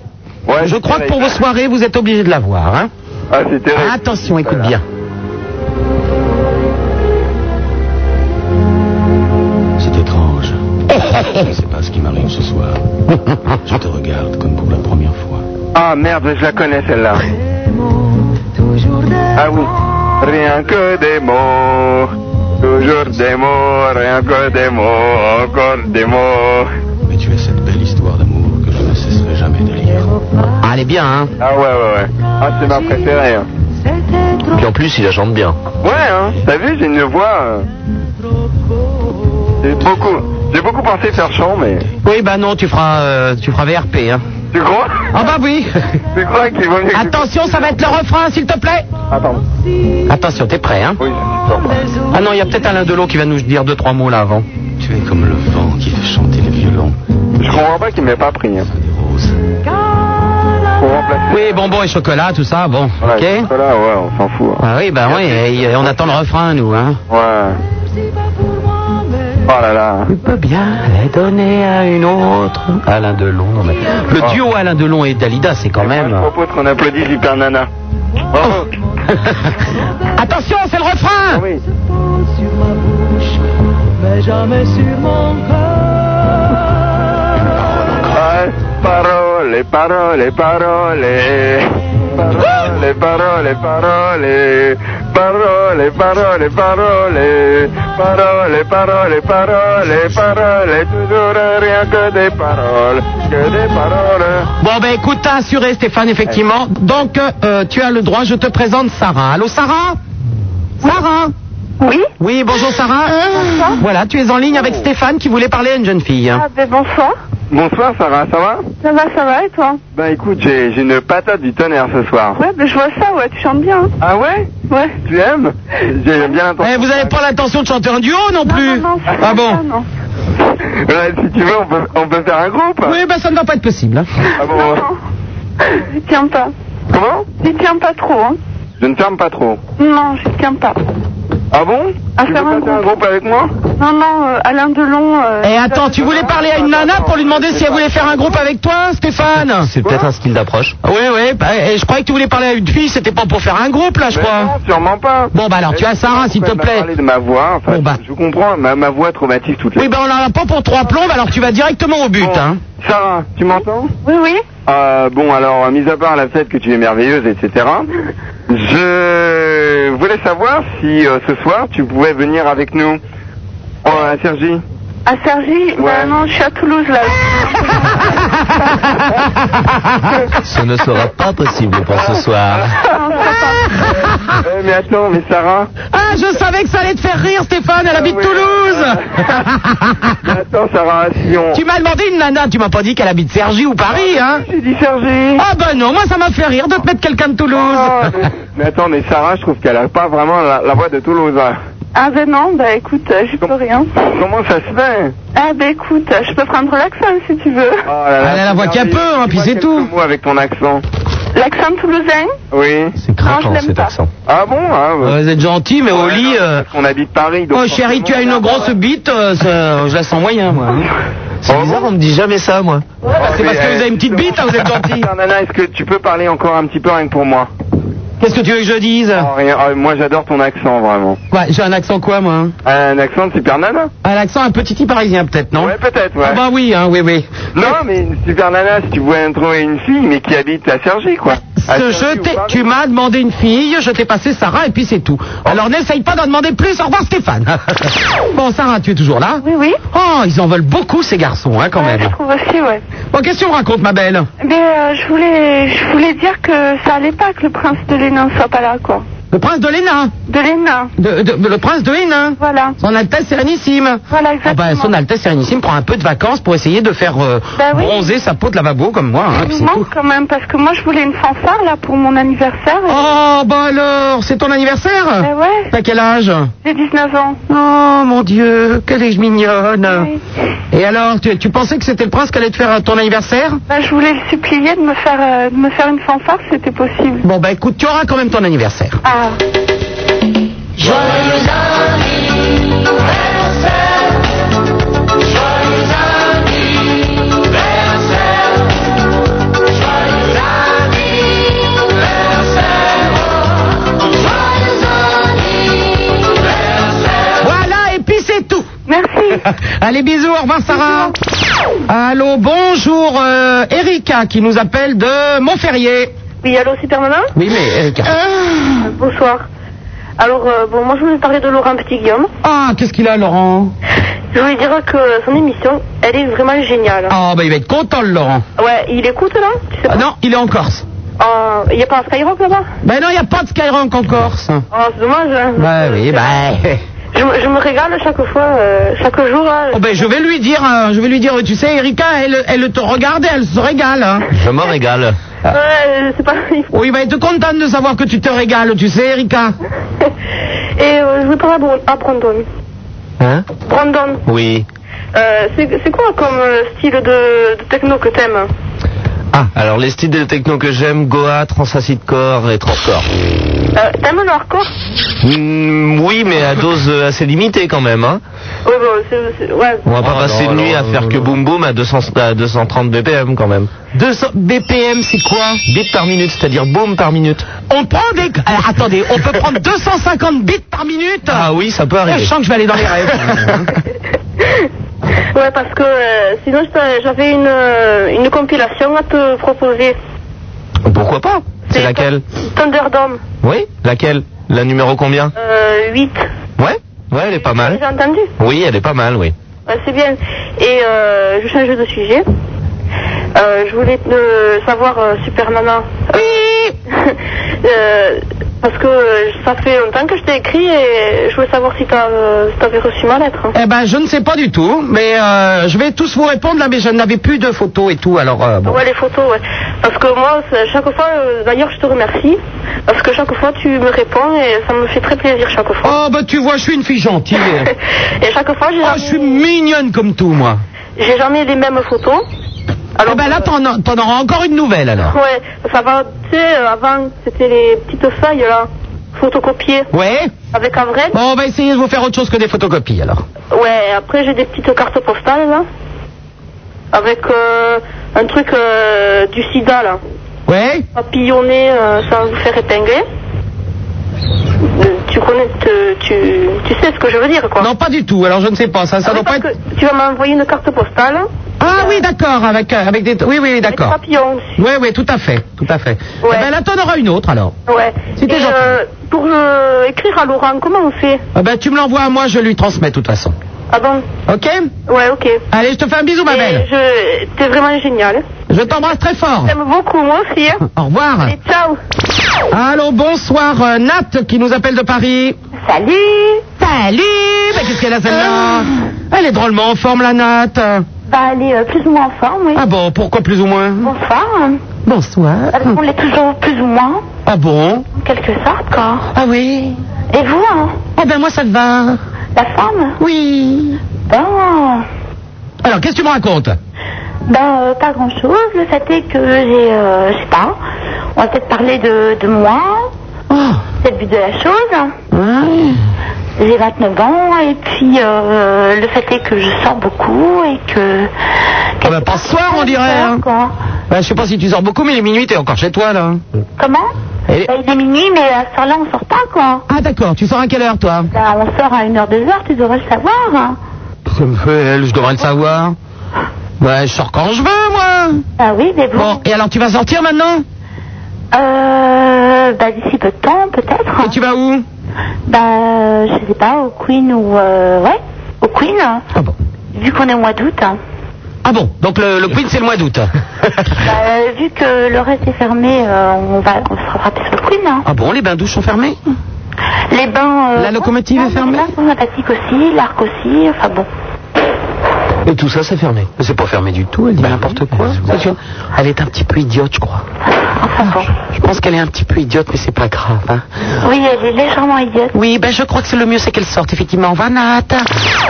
Speaker 4: Ouais,
Speaker 1: je
Speaker 4: c'est
Speaker 1: crois que pour vos
Speaker 4: terrible.
Speaker 1: soirées, vous êtes obligés de la voir. Hein.
Speaker 4: Ah, c'est terrible.
Speaker 1: Attention, écoute
Speaker 4: Voilà.
Speaker 1: bien.
Speaker 14: C'est étrange. Je ne sais pas ce qui m'arrive ce soir. Je te regarde comme pour la première fois.
Speaker 4: Ah merde, je la connais celle-là.
Speaker 3: toujours de
Speaker 4: Ah oui. Rien que des mots, toujours des mots, rien que des mots, encore des mots.
Speaker 16: Mais tu es cette belle histoire d'amour que je ne cesserai jamais de lire.
Speaker 1: Ah, elle est bien, hein
Speaker 4: Ah ouais, ouais, ouais. Ah, c'est ma préférée. hein.
Speaker 16: Puis en plus, il la chante bien.
Speaker 4: Ouais, hein. T'as vu, j'ai une voix. euh, J'ai beaucoup, j'ai beaucoup pensé faire chant, mais.
Speaker 1: Oui, bah non, tu feras, euh, tu feras VRP. Hein.
Speaker 4: Tu crois
Speaker 1: Ah bah oui
Speaker 4: Tu crois qu'il vaut mieux.
Speaker 1: Attention, ça va être le refrain, s'il te plaît
Speaker 16: Ah,
Speaker 4: Attends.
Speaker 1: Attention, t'es prêt, hein
Speaker 4: Oui,
Speaker 1: Ah non, il y a peut-être Alain Delon qui va nous dire deux, trois mots là avant.
Speaker 16: Tu es comme le vent qui fait chanter les violons.
Speaker 4: Je comprends pas qu'il m'ait pas pris. Hein. Pour remplacer.
Speaker 1: Oui, bonbons et chocolat, tout ça, bon,
Speaker 4: Ouais,
Speaker 1: ok
Speaker 4: Voilà, ouais, on s'en fout. hein.
Speaker 1: Ah oui, bah oui, et- et on attend le refrain, nous, hein
Speaker 4: Ouais. Oh là là.
Speaker 1: Tu peux bien les donner à une autre. Alain Delon, non mais... Le
Speaker 4: Oh.
Speaker 1: duo Alain Delon et Dalida, c'est quand même...
Speaker 4: Je propose qu'on applaudisse Hyper Nana. Oh.
Speaker 1: Attention, c'est le refrain
Speaker 4: Oui.
Speaker 17: sur ma bouche, mais jamais sur mon cœur.
Speaker 4: Ouais, Ah, Parole, parole, parole. Parole, parole, parole. Parole, parole, parole. Parole, parole, parole. Parole, toujours rien que des paroles. Que des paroles.
Speaker 1: Bon, ben écoute, t'as assuré, Stéphane, effectivement. Donc, euh, euh, tu as le droit, je te présente Sarah. Allô, Sarah Sarah
Speaker 8: Oui
Speaker 1: Oui, bonjour, Sarah.
Speaker 8: Euh,
Speaker 1: Voilà, tu es en ligne avec Stéphane qui voulait parler à une jeune fille.
Speaker 8: Ah ben bonsoir.
Speaker 4: Bonsoir Sarah, ça va
Speaker 8: Ça va, ça va et toi
Speaker 4: Ben écoute, j'ai j'ai une patate du tonnerre ce soir.
Speaker 8: Ouais, ben je vois ça, ouais, tu chantes bien. hein.
Speaker 4: Ah ouais
Speaker 8: Ouais.
Speaker 4: Tu aimes J'aime bien l'intention.
Speaker 1: Eh, vous n'avez pas l'intention de chanter un duo non plus
Speaker 8: Non, non, c'est
Speaker 1: Ah
Speaker 8: pas ça,
Speaker 1: bon
Speaker 8: non.
Speaker 4: Ouais, si tu veux, on peut, on peut faire un groupe
Speaker 1: Oui, ben ça ne va pas être possible. hein.
Speaker 4: Ah bon
Speaker 8: Non,
Speaker 4: ouais.
Speaker 8: non. J'y tiens pas.
Speaker 4: Comment
Speaker 8: J'y tiens pas trop, hein.
Speaker 4: Je ne ferme pas trop.
Speaker 8: Non, j'y tiens pas.
Speaker 4: Ah bon
Speaker 8: À
Speaker 4: Tu veux
Speaker 8: faire un
Speaker 4: passer un
Speaker 8: groupe.
Speaker 4: groupe avec moi
Speaker 8: Non, non, euh, Alain Delon... euh,
Speaker 1: Eh, attends, tu voulais parler à une nana pour lui demander si elle voulait faire un groupe avec toi, Stéphane
Speaker 2: C'est peut-être un style d'approche.
Speaker 1: Oui, oui, bah, eh, je croyais que tu voulais parler à une fille, c'était pas pour faire un groupe, là, je
Speaker 4: Mais
Speaker 1: crois.
Speaker 4: Non, sûrement pas.
Speaker 1: Bon, bah alors, tu as Sarah, s'il te
Speaker 4: Elle m'a
Speaker 1: plaît.
Speaker 4: parlé de ma voix, enfin,
Speaker 1: Bon, bah.
Speaker 4: je comprends, ma, ma voix traumatise toute la
Speaker 1: Oui, ben on en a pas pour trois plombes, alors tu vas directement au but,
Speaker 4: Bon,
Speaker 1: hein.
Speaker 4: Sarah, tu m'entends
Speaker 8: Oui, oui.
Speaker 4: Euh, bon, alors, euh, mis à part la fête que tu es merveilleuse, etc., je voulais savoir si euh, ce soir tu pouvais venir avec nous Oh, à Sergi.
Speaker 1: Eh.
Speaker 8: À Sergi, bah
Speaker 4: Ouais.
Speaker 8: non, je suis à Toulouse, là.
Speaker 2: Ce ne sera pas possible pour ce soir.
Speaker 4: Euh, mais attends, mais Sarah,
Speaker 1: Ah, je savais que ça allait te faire rire, Stéphane, elle habite
Speaker 4: oui. mais
Speaker 1: Toulouse
Speaker 4: attends, Sarah, si on.
Speaker 1: Ah. Tu m'as demandé une nana, tu m'as pas dit qu'elle habite Cergy ou Paris, hein
Speaker 4: J'ai dit Sergi.
Speaker 1: Ah ben non, moi ça m'a fait rire de te mettre quelqu'un de
Speaker 4: Ah, mais...
Speaker 1: Toulouse
Speaker 4: mais attends, mais Sarah, je trouve qu'elle a pas vraiment la, la voix de Toulouse. hein.
Speaker 8: Ah ben non, bah écoute, euh, j'y peux rien.
Speaker 4: Comment ça se fait
Speaker 8: Ah ben écoute, euh, je peux prendre l'accent si tu veux.
Speaker 4: Oh là là,
Speaker 1: Elle a la voix qu'il
Speaker 4: c'est
Speaker 1: y a peu,
Speaker 4: merveilleux.
Speaker 1: hein,
Speaker 4: Tu
Speaker 1: puis
Speaker 4: vois
Speaker 1: c'est
Speaker 4: quelques
Speaker 1: tout.
Speaker 4: mots avec ton accent.
Speaker 8: L'accent toulousain
Speaker 4: Oui.
Speaker 2: C'est
Speaker 8: Non,
Speaker 2: craquant
Speaker 8: je l'aime
Speaker 2: cet
Speaker 8: pas.
Speaker 2: accent.
Speaker 4: Ah bon hein, ouais.
Speaker 1: Euh, Vous êtes gentil, mais au
Speaker 4: Ouais,
Speaker 1: lit...
Speaker 4: non,
Speaker 1: euh,
Speaker 4: parce qu'on habite Paris. donc
Speaker 1: Oh chérie,
Speaker 4: forcément,
Speaker 1: tu as
Speaker 4: on
Speaker 1: une
Speaker 4: a-
Speaker 1: grosse bite, euh, ça- je la sens moyen, moi. hein.
Speaker 2: C'est bizarre, on me dit jamais ça, moi.
Speaker 4: Oh,
Speaker 1: c'est
Speaker 4: mais,
Speaker 1: parce que
Speaker 4: euh,
Speaker 1: vous avez une petite bite, hein, vous êtes gentil.
Speaker 4: Super Nana, est-ce que tu peux parler encore un petit peu rien que pour moi
Speaker 1: Qu'est-ce que tu veux que je dise
Speaker 4: Oh, rien, oh, Moi j'adore ton accent vraiment.
Speaker 1: Ouais, j'ai un accent quoi, moi hein
Speaker 4: Un accent de Super Nana
Speaker 1: Un accent un petit parisien, peut-être, non
Speaker 4: Ouais peut-être ouais.
Speaker 1: Ah bah oui, hein, oui, oui.
Speaker 4: Non mais Super Nana, si tu voulais trouver une fille mais qui habite à Cergy quoi. À
Speaker 1: Ce
Speaker 4: Cergy
Speaker 1: je
Speaker 4: ou
Speaker 1: t'ai-
Speaker 4: Paris.
Speaker 1: tu m'as demandé une fille, je t'ai passé Sarah et puis c'est tout.
Speaker 4: Oh.
Speaker 1: Alors n'essaye pas d'en demander plus. Au revoir Stéphane. bon Sarah, tu es toujours là
Speaker 8: Oui, oui.
Speaker 1: Oh, ils en veulent beaucoup ces garçons, hein, quand
Speaker 8: Ouais,
Speaker 1: même.
Speaker 8: je trouve aussi, ouais.
Speaker 1: Bon, qu'est-ce qu'on raconte, ma belle
Speaker 8: Mais euh, je voulais je voulais dire que ça allait pas que le prince de Lénin soit pas là, quoi.
Speaker 1: Le prince de Léna,
Speaker 8: De Lénin,
Speaker 1: de, de- le prince de Hénin.
Speaker 8: voilà.
Speaker 1: Son Altesse Sérénissime.
Speaker 8: Voilà,
Speaker 1: Ah
Speaker 8: exactement.
Speaker 1: ben, son Altesse Sérénissime prend un peu de vacances pour essayer de faire euh,
Speaker 8: Bah oui.
Speaker 1: bronzer sa peau de lavabo comme moi. hein,
Speaker 8: Il
Speaker 1: puis
Speaker 8: nous
Speaker 1: c'est tout.
Speaker 8: manque quand même, parce que moi je voulais une fanfare, là, pour mon anniversaire. et-
Speaker 1: Oh, bah alors, c'est ton anniversaire
Speaker 8: Ben ouais,
Speaker 1: T'as quel âge
Speaker 8: j'ai 19 ans.
Speaker 1: Ah Oh mon Dieu, quelle est mignonne
Speaker 8: Oui.
Speaker 1: Et alors, tu, tu pensais que c'était le prince qui allait te faire euh, ton anniversaire
Speaker 8: Ben, je voulais le supplier de me faire, euh, de me faire une fanfare, si c'était possible.
Speaker 1: Bon bah écoute, tu auras quand même ton anniversaire.
Speaker 8: Ah,
Speaker 1: Voilà, et puis c'est tout.
Speaker 8: merci.
Speaker 1: Allez, bisous, au revoir Sarah. Allô, bonjour euh, Erika qui nous appelle de Montferrier.
Speaker 8: Oui, allô, super maman
Speaker 1: Oui, mais euh, Karine.
Speaker 8: Euh, Bonsoir. Alors, euh, bon, moi je voulais parler de Laurent Petit-Guillaume.
Speaker 1: Ah, qu'est-ce qu'il a, Laurent
Speaker 8: Je voulais dire que son émission, elle est vraiment géniale.
Speaker 1: Ah, bah il va être content, le Laurent.
Speaker 8: Ouais, il écoute là Tu sais
Speaker 1: Ah, non, il est en Corse.
Speaker 8: pas, il n'y a pas un Skyrock là-bas
Speaker 1: Ben non, il n'y a pas de Skyrock en Corse.
Speaker 8: Oh, c'est dommage. hein.
Speaker 1: Ah. Bah oui, bah.
Speaker 8: Je, me- je me régale chaque fois, euh, chaque jour. là.
Speaker 1: Oh, ben je vais lui dire, euh, je vais lui dire, tu sais, Erika, elle, elle te regarde et elle se régale. hein.
Speaker 2: Je me régale.
Speaker 8: Ouais, c'est pas...
Speaker 1: Oui, il va être content de savoir que tu te régales, tu sais, Erika.
Speaker 8: Et euh, je voulais parler à Bron- à Brandon.
Speaker 2: Hein
Speaker 8: Brandon,
Speaker 2: Oui.
Speaker 8: euh, c'est c'est quoi comme euh, style de, de techno que t'aimes
Speaker 2: Ah, alors les styles de techno que j'aime, Goa, Transacid Core et Transcore.
Speaker 8: euh, T'aimes le hardcore
Speaker 2: Hmm, oui, mais à dose euh, assez limitée quand même. Hein.
Speaker 8: Ouais, bon, Oh, c'est- c'est- ouais.
Speaker 2: On va pas passer une nuit à faire que boum boum à, 200, à 230 BPM quand même.
Speaker 1: 200 BPM, c'est quoi
Speaker 2: Bits par minute, c'est-à-dire boum par minute.
Speaker 1: On prend des. euh, attendez, on peut prendre 250 bits par minute
Speaker 2: Ah oui, ça peut arriver.
Speaker 1: Je sens que je vais aller dans les rêves.
Speaker 8: Ouais, parce que euh, sinon je t'a- j'avais une, euh, une compilation à te proposer.
Speaker 2: Pourquoi pas C'est laquelle
Speaker 8: Thunderdome
Speaker 2: Oui, laquelle La numéro combien
Speaker 8: euh, 8,
Speaker 2: Ouais, ouais, elle est pas mal.
Speaker 8: j'ai entendu.
Speaker 2: Oui, elle est pas mal, oui.
Speaker 8: Ouais, c'est bien. Et euh, je change de sujet. Euh, je voulais euh, savoir, euh, Super Nana. Oui Parce que euh, ça fait longtemps que je t'ai écrit et je voulais savoir si t'as, euh, si t'avais reçu ma lettre.
Speaker 1: Eh ben, je ne sais pas du tout, mais euh, je vais tous vous répondre là, mais je n'avais plus de photos et tout, alors euh, bon.
Speaker 8: Ouais, les photos, ouais. Parce que moi, c'est- chaque fois, euh, d'ailleurs, je te remercie. Parce que chaque fois, tu me réponds et ça me fait très plaisir chaque fois.
Speaker 1: Oh, bah tu vois, je suis une fille gentille.
Speaker 8: Et chaque fois, j'ai
Speaker 1: Oh, je suis mignonne comme tout, moi.
Speaker 8: j'ai jamais les mêmes photos.
Speaker 1: Alors, ben là, t'en en- t'en auras encore une nouvelle, alors.
Speaker 8: Ouais, ça va, tu sais, euh, avant, c'était les petites feuilles, là, photocopiées.
Speaker 1: Ouais
Speaker 8: Avec un vrai.
Speaker 1: Bon, on va essayer de vous faire autre chose que des photocopies, alors.
Speaker 8: Ouais, après, j'ai des petites cartes postales, là. Avec euh, un truc euh, du sida, là.
Speaker 1: Ouais
Speaker 8: Papillonné, euh, ça va vous faire épingler. Euh, Tu connais, te- tu, tu sais ce que je veux dire, quoi.
Speaker 1: Non, pas du tout, alors je ne sais pas,
Speaker 8: Ah
Speaker 1: ça, ça doit pas être...
Speaker 8: Tu vas m'envoyer une carte postale.
Speaker 1: Ah oui, d'accord, avec, euh, avec des... Oui, oui, oui, d'accord.
Speaker 8: papillons.
Speaker 1: Oui, oui, tout à fait, tout à fait. Eh ben là, t'en auras une autre, alors.
Speaker 8: Ouais.
Speaker 1: C'était
Speaker 8: Et,
Speaker 1: gentil.
Speaker 8: euh, pour euh, écrire à Laurent, comment on fait
Speaker 1: Eh ben, tu me l'envoies à moi, je lui transmets, de toute façon.
Speaker 8: Ah bon
Speaker 1: Ok
Speaker 8: Ouais, ok.
Speaker 1: Allez, je te fais un bisou, ma
Speaker 8: Et
Speaker 1: belle.
Speaker 8: Je... T'es vraiment génial.
Speaker 1: Je t'embrasse très fort.
Speaker 8: J'aime beaucoup, moi aussi. hein.
Speaker 1: Au revoir.
Speaker 8: Allez, ciao.
Speaker 1: Allô, bonsoir, euh, Nat qui nous appelle de Paris.
Speaker 8: Salut.
Speaker 1: Salut. Mais qu'est-ce qu'elle a celle-là Elle est drôlement en forme, la Nat.
Speaker 15: Bah, elle est euh, plus ou moins en forme, oui.
Speaker 1: Ah bon, pourquoi plus ou moins
Speaker 15: Bonsoir.
Speaker 1: Bonsoir.
Speaker 15: Parce qu'on l'est toujours plus ou moins,
Speaker 1: Ah bon
Speaker 15: en quelque sorte, quoi.
Speaker 1: Ah oui
Speaker 15: Et vous, hein
Speaker 1: Eh ben moi, ça te va.
Speaker 15: La forme
Speaker 1: Oui.
Speaker 15: Bon.
Speaker 1: Alors, qu'est-ce que tu me racontes
Speaker 15: Ben, euh, pas grand-chose. Le fait est que j'ai, euh, je sais pas, on va peut-être parler de, de moi.
Speaker 1: Oh.
Speaker 15: C'est le but de la chose. J'ai 29 ans et puis euh, le fait est que je sors beaucoup et que...
Speaker 1: Ah ben, pas ce soir, on dirait. Hein.
Speaker 15: Quoi
Speaker 1: Ben, je sais pas si tu sors beaucoup, mais il est minuit, t'es encore chez toi, là.
Speaker 15: Comment
Speaker 1: Et-
Speaker 15: Ben, Il est minuit, mais à ce soir-là, on sort pas, quoi.
Speaker 1: Ah d'accord, tu sors à quelle heure, toi
Speaker 15: Ben, on sort à 1h, 2h, tu devrais le savoir. hein.
Speaker 1: Je devrais le savoir. Ben, je sors quand je veux, moi.
Speaker 15: Ah oui, mais bon.
Speaker 1: Bon, et alors, tu vas sortir maintenant
Speaker 15: Euh, bah, d'ici peu de temps, peut-être.
Speaker 1: Et tu vas où
Speaker 15: Bah, euh, je sais pas, au Queen ou. euh, ouais, au Queen. Ah
Speaker 1: bon
Speaker 15: Vu qu'on est au mois d'août. hein.
Speaker 1: Ah bon, donc le, le Queen, c'est le mois d'août.
Speaker 15: Bah, euh, vu que le reste est fermé, euh, on va on se rattraper sur le Queen. hein.
Speaker 1: Ah bon, les bains douches sont fermés
Speaker 15: Les bains. euh,
Speaker 1: La locomotive est fermée
Speaker 15: Les bains sont sympathiques aussi, l'arc aussi, enfin bon.
Speaker 1: Et tout ça, c'est fermé. Bah Mais c'est pas fermé du tout, elle dit n'importe quoi. Ça, tu vois, Elle est un petit peu idiote, je crois. Je pense qu'elle est un petit peu idiote, mais c'est pas grave. hein.
Speaker 15: Oui, elle est légèrement idiote.
Speaker 1: Oui, ben je crois que c'est le mieux, c'est qu'elle sorte, effectivement. Va, Nat.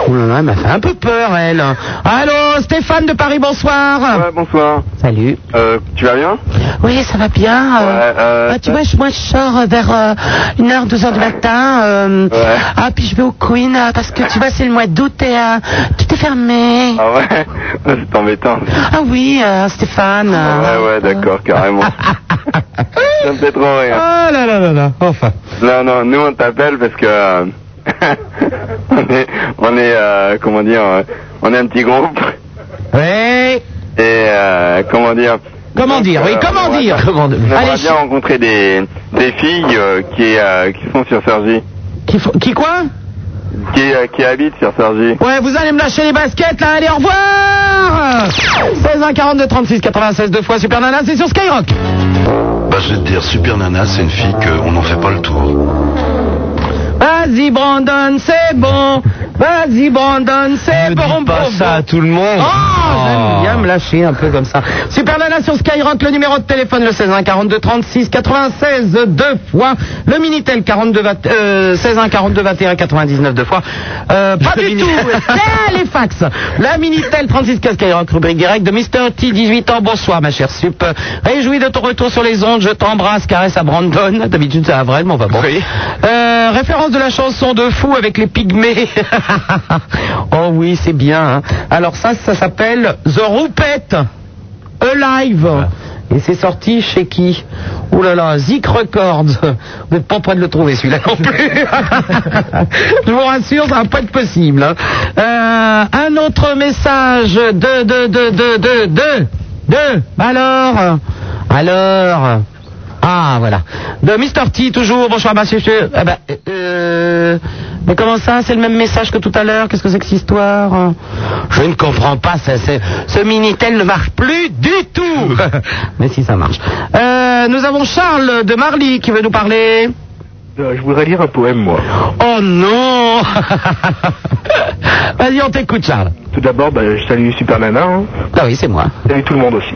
Speaker 1: Oh là là, elle m'a fait un peu peur, elle. Allô, Stéphane de Paris, bonsoir.
Speaker 3: Ouais, bonsoir.
Speaker 1: Ah, Salut.
Speaker 3: Euh, tu vas bien
Speaker 1: Oui, ça va bien. euh.
Speaker 3: Ouais, euh,
Speaker 1: Ah, tu vois, je- moi je sors euh, vers 1h, 2h du matin. euh,
Speaker 3: Ouais.
Speaker 1: Ah, puis je vais au Queen euh, parce que tu vois, c'est le mois d'août et euh, tout est fermé.
Speaker 3: Ah ouais C'est embêtant.
Speaker 1: Ah oui, euh, Stéphane. euh.
Speaker 3: Ouais, ouais, d'accord, carrément. Ça me fait trop rire.
Speaker 1: Ah là là là là, enfin.
Speaker 3: Non, non, nous on t'appelle parce que euh, on est, on est euh, comment dire, euh, on est un petit groupe.
Speaker 1: Ouais.
Speaker 3: Et euh, comment dire,
Speaker 1: Comment dire Oui,
Speaker 18: Euh,
Speaker 1: comment
Speaker 18: on va-
Speaker 1: dire Comment
Speaker 18: On aimerait bien rencontrer des, des filles euh, qui, euh, qui sont sur Sergi.
Speaker 1: Qui, qui quoi
Speaker 18: qui, euh, qui habitent sur Sergi.
Speaker 1: Ouais, vous allez me lâcher les baskets là, allez, au revoir 16 1 42 36 96 deux fois Super Nana, c'est sur Skyrock.
Speaker 19: Bah, je vais te dire, Super Nana, c'est une fille qu'on n'en fait pas le tour.
Speaker 1: Vas-y Brandon, c'est bon. Vas-y Brandon, c'est bon. Pas ça à
Speaker 2: tout le monde.
Speaker 1: Eh, Oh, j'aime bien me lâcher un peu comme ça. Super Nana sur Skyrock, le numéro de téléphone le 16 1 42 36 96 deux fois, le minitel 42 vingt- euh, 16 1 42 21 99 deux fois. Euh, pas du tout. C'est les fax. La minitel 36 15 Skyrock rubrique directe de Mr T 18 ans. Bonsoir ma chère Sup. Réjouis de ton retour sur les ondes, je t'embrasse, caresse à Brandon. D'habitude c'est à vrai, mais on va bon. Euh, référence de la chanson de fou avec les pygmées. oh oui, c'est bien. hein. Alors ça, ça s'appelle The Roupette Alive. Et c'est sorti chez qui Oh là là, Zik Records. Vous n'êtes pas prêts de le trouver celui-là non plus. Je vous rassure, ça va pas être possible. hein. Euh, un autre message de, de, de, de, de, de, de. Alors, alors. Ah, voilà. De Mr. T, toujours. Bonsoir, monsieur. Eh ben, euh, mais comment ça C'est le même message que tout à l'heure Qu'est-ce que c'est que cette histoire Je ne comprends pas. ça, c'est- ce Minitel ne marche plus du tout. mais si, ça marche. Euh, nous avons Charles de Marly qui veut nous parler.
Speaker 4: Euh, je voudrais lire un poème, moi.
Speaker 1: Oh non Vas-y, on t'écoute, Charles.
Speaker 4: Tout d'abord, bah, je salue Super Nana. hein.
Speaker 2: Bah
Speaker 1: Ah oui, c'est moi.
Speaker 4: Salut tout le monde aussi.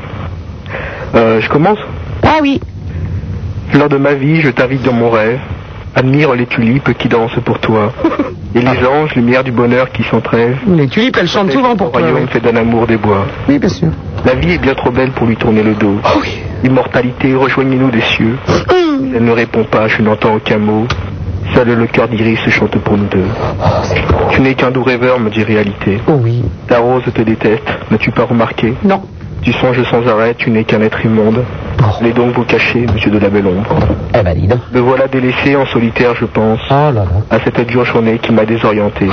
Speaker 4: Euh, je commence
Speaker 1: Ah oui.
Speaker 4: Lors de ma vie, je t'invite dans mon rêve. Admire les tulipes qui dansent pour toi. Et les anges, lumière du bonheur qui s'entrêvent.
Speaker 1: Les tulipes, elles chantent souvent pour toi.
Speaker 4: royaume fait d'un amour des bois.
Speaker 1: Oui, bien sûr. Ah
Speaker 4: La vie est bien trop belle pour lui tourner le dos. Immortalité, rejoignez-nous des cieux.
Speaker 1: Hum.
Speaker 4: Mais Elle ne répond pas, je n'entends aucun mot. Seul le cœur d'Iris chante pour nous deux. Tu n'es qu'un doux rêveur, me dit réalité.
Speaker 2: Oh
Speaker 1: oui.
Speaker 4: Ta rose te déteste, n'as-tu pas remarqué
Speaker 1: Oh. Non.
Speaker 4: Tu songes sans arrêt, tu n'es qu'un être immonde. Venez donc vous cacher, monsieur de la belle ombre.
Speaker 1: Eh ben, dis donc.
Speaker 4: Me voilà délaissé en solitaire, je pense.
Speaker 1: Oh
Speaker 4: À cette dure journée qui m'a désorienté.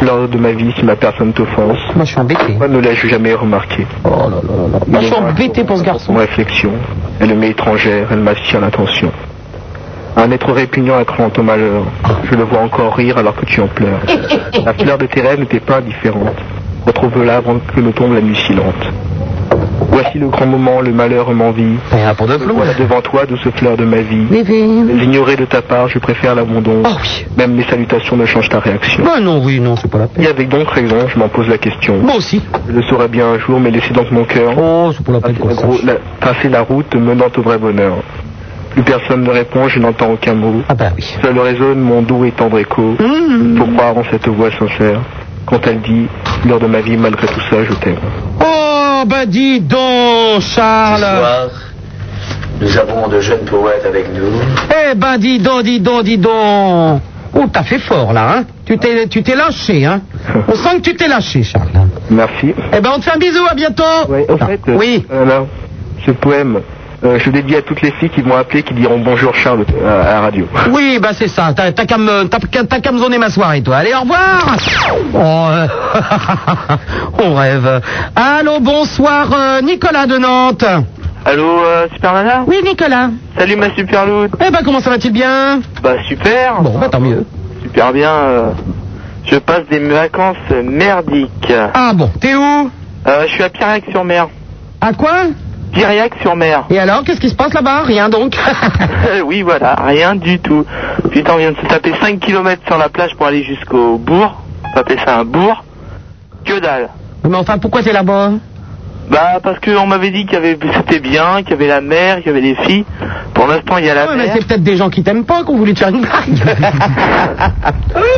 Speaker 4: Lors de ma vie, si ma personne t'offense.
Speaker 1: Moi, je suis embêté. Oh
Speaker 4: Moi, ne l'ai-je jamais remarqué.
Speaker 1: Moi, je suis embêté pour ce garçon.
Speaker 4: Mon réflexion, elle m'est étrangère, elle m'attire l'attention. Un être répugnant accroît ton malheur. Je le vois encore rire alors que tu en pleures. La fleur de tes rêves n'était pas indifférente. Retrouve-la avant que ne tombe la nuit silente. Voici le grand moment, le malheur m'envie.
Speaker 1: pour
Speaker 4: de Voilà devant toi, douce fleur de ma vie. L'ignorer de ta part, je préfère l'abandon.
Speaker 2: Oh
Speaker 1: Oh.
Speaker 4: Même mes salutations ne changent ta réaction.
Speaker 1: Ah non, oui, non, c'est pas la peine.
Speaker 4: Et avec donc raison, je m'en pose la question.
Speaker 1: Moi aussi.
Speaker 4: Je le saurai bien un jour, mais laissez donc mon cœur.
Speaker 1: Oh, c'est pour la
Speaker 4: peine Tracer la route menant au vrai bonheur. Plus personne ne répond, je n'entends aucun mot.
Speaker 1: Ah bah oui.
Speaker 4: Seul résonne mon doux et tendre écho.
Speaker 1: Mmh.
Speaker 4: Pour croire en cette voix sincère. Quand elle dit, lors de ma vie, malgré tout ça, je t'aime.
Speaker 1: Oh, ben dis donc, Charles.
Speaker 20: Nous avons de jeunes poètes avec nous.
Speaker 1: Eh ben dis donc, dis donc, dis donc. Oh, t'as fait fort là, hein Tu t'es, tu t'es lâché, hein On sent que tu t'es lâché, Charles.
Speaker 4: Merci.
Speaker 1: Eh ben, on te fait un bisou, à bientôt.
Speaker 4: Ouais, au fait, euh, voilà, ce poème, euh, je le dédie à toutes les filles qui vont appeler, qui diront bonjour Charles euh, à la radio.
Speaker 1: Oui, bah c'est ça. T'as t'as qu'à me, t'as qu'à- t'as qu'à me zoner ma soirée, toi. Allez, au revoir. Oh, euh, on rêve. Allô, bonsoir, euh, Nicolas de Nantes.
Speaker 3: Allô, euh, Super Nana
Speaker 1: Oui, Nicolas.
Speaker 3: Salut ma Super Loot.
Speaker 1: Eh ben, comment ça va-t-il bien
Speaker 3: Bah super.
Speaker 1: Bon, bah tant mieux.
Speaker 3: Super bien. euh, je passe des vacances merdiques.
Speaker 1: Ah bon, t'es où
Speaker 3: euh, Je suis à Piriac-sur-Mer.
Speaker 1: À quoi
Speaker 3: Piriac-sur-Mer.
Speaker 1: Et alors, qu'est-ce qui se passe là-bas Rien donc.
Speaker 3: Euh, oui, voilà, rien du tout. Putain, on vient de se taper 5 km sur la plage pour aller jusqu'au bourg. On va appeler ça un bourg. Que dalle.
Speaker 1: Mais enfin, pourquoi t'es là-bas
Speaker 3: Bah, parce qu'on m'avait dit qu'il y avait, c'était bien, qu'il y avait la mer, qu'il y avait les filles. Pour l'instant, il y a la
Speaker 1: Ah Ouais, mais
Speaker 3: mer.
Speaker 1: c'est peut-être des gens qui t'aiment pas, qu'on voulait te faire une blague.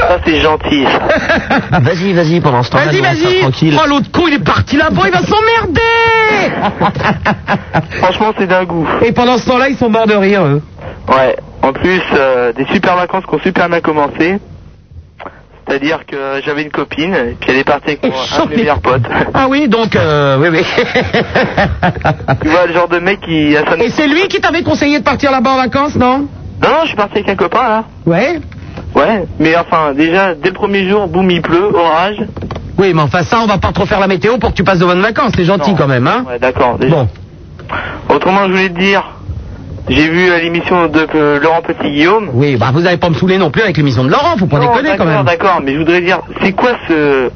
Speaker 3: Ça, c'est gentil. ça.
Speaker 2: Ah, Vas-y, vas-y, pendant ce temps-là,
Speaker 1: Vas-y,
Speaker 2: nous, on sera
Speaker 1: vas-y
Speaker 2: tranquille.
Speaker 1: Oh, l'autre con, il est parti là-bas, il va s'emmerder
Speaker 3: Franchement, c'est d'un goût.
Speaker 1: Et pendant ce temps-là, ils sont morts de rire, eux.
Speaker 3: Ouais. En plus, euh, des super vacances qui ont super bien commencé. C'est-à-dire que j'avais une copine, et puis elle est partie avec mon, un de mes meilleurs potes.
Speaker 1: Ah oui, donc, euh, oui, oui.
Speaker 3: Tu vois, le genre de mec qui... a sa-
Speaker 1: Et c'est lui qui t'avait conseillé de partir là-bas en vacances, non
Speaker 3: Non, non, je suis parti avec un copain, là.
Speaker 1: Ouais
Speaker 3: Ouais, mais enfin, déjà, dès le premier jour, boum, il pleut, orage.
Speaker 1: Oui, mais enfin, ça, on va pas trop faire la météo pour que tu passes de bonnes vacances, c'est gentil quand même, hein
Speaker 3: Ouais, d'accord, déjà.
Speaker 1: Bon.
Speaker 3: Autrement, je voulais te dire, j'ai vu euh, l'émission de euh, Laurent Petit-Guillaume.
Speaker 1: Oui, bah vous n'allez pas me saouler non plus avec l'émission de Laurent, faut pas
Speaker 3: Non,
Speaker 1: déconner quand
Speaker 3: Oh, d'accord,
Speaker 1: même.
Speaker 3: D'accord, mais je voudrais dire, c'est quoi ce,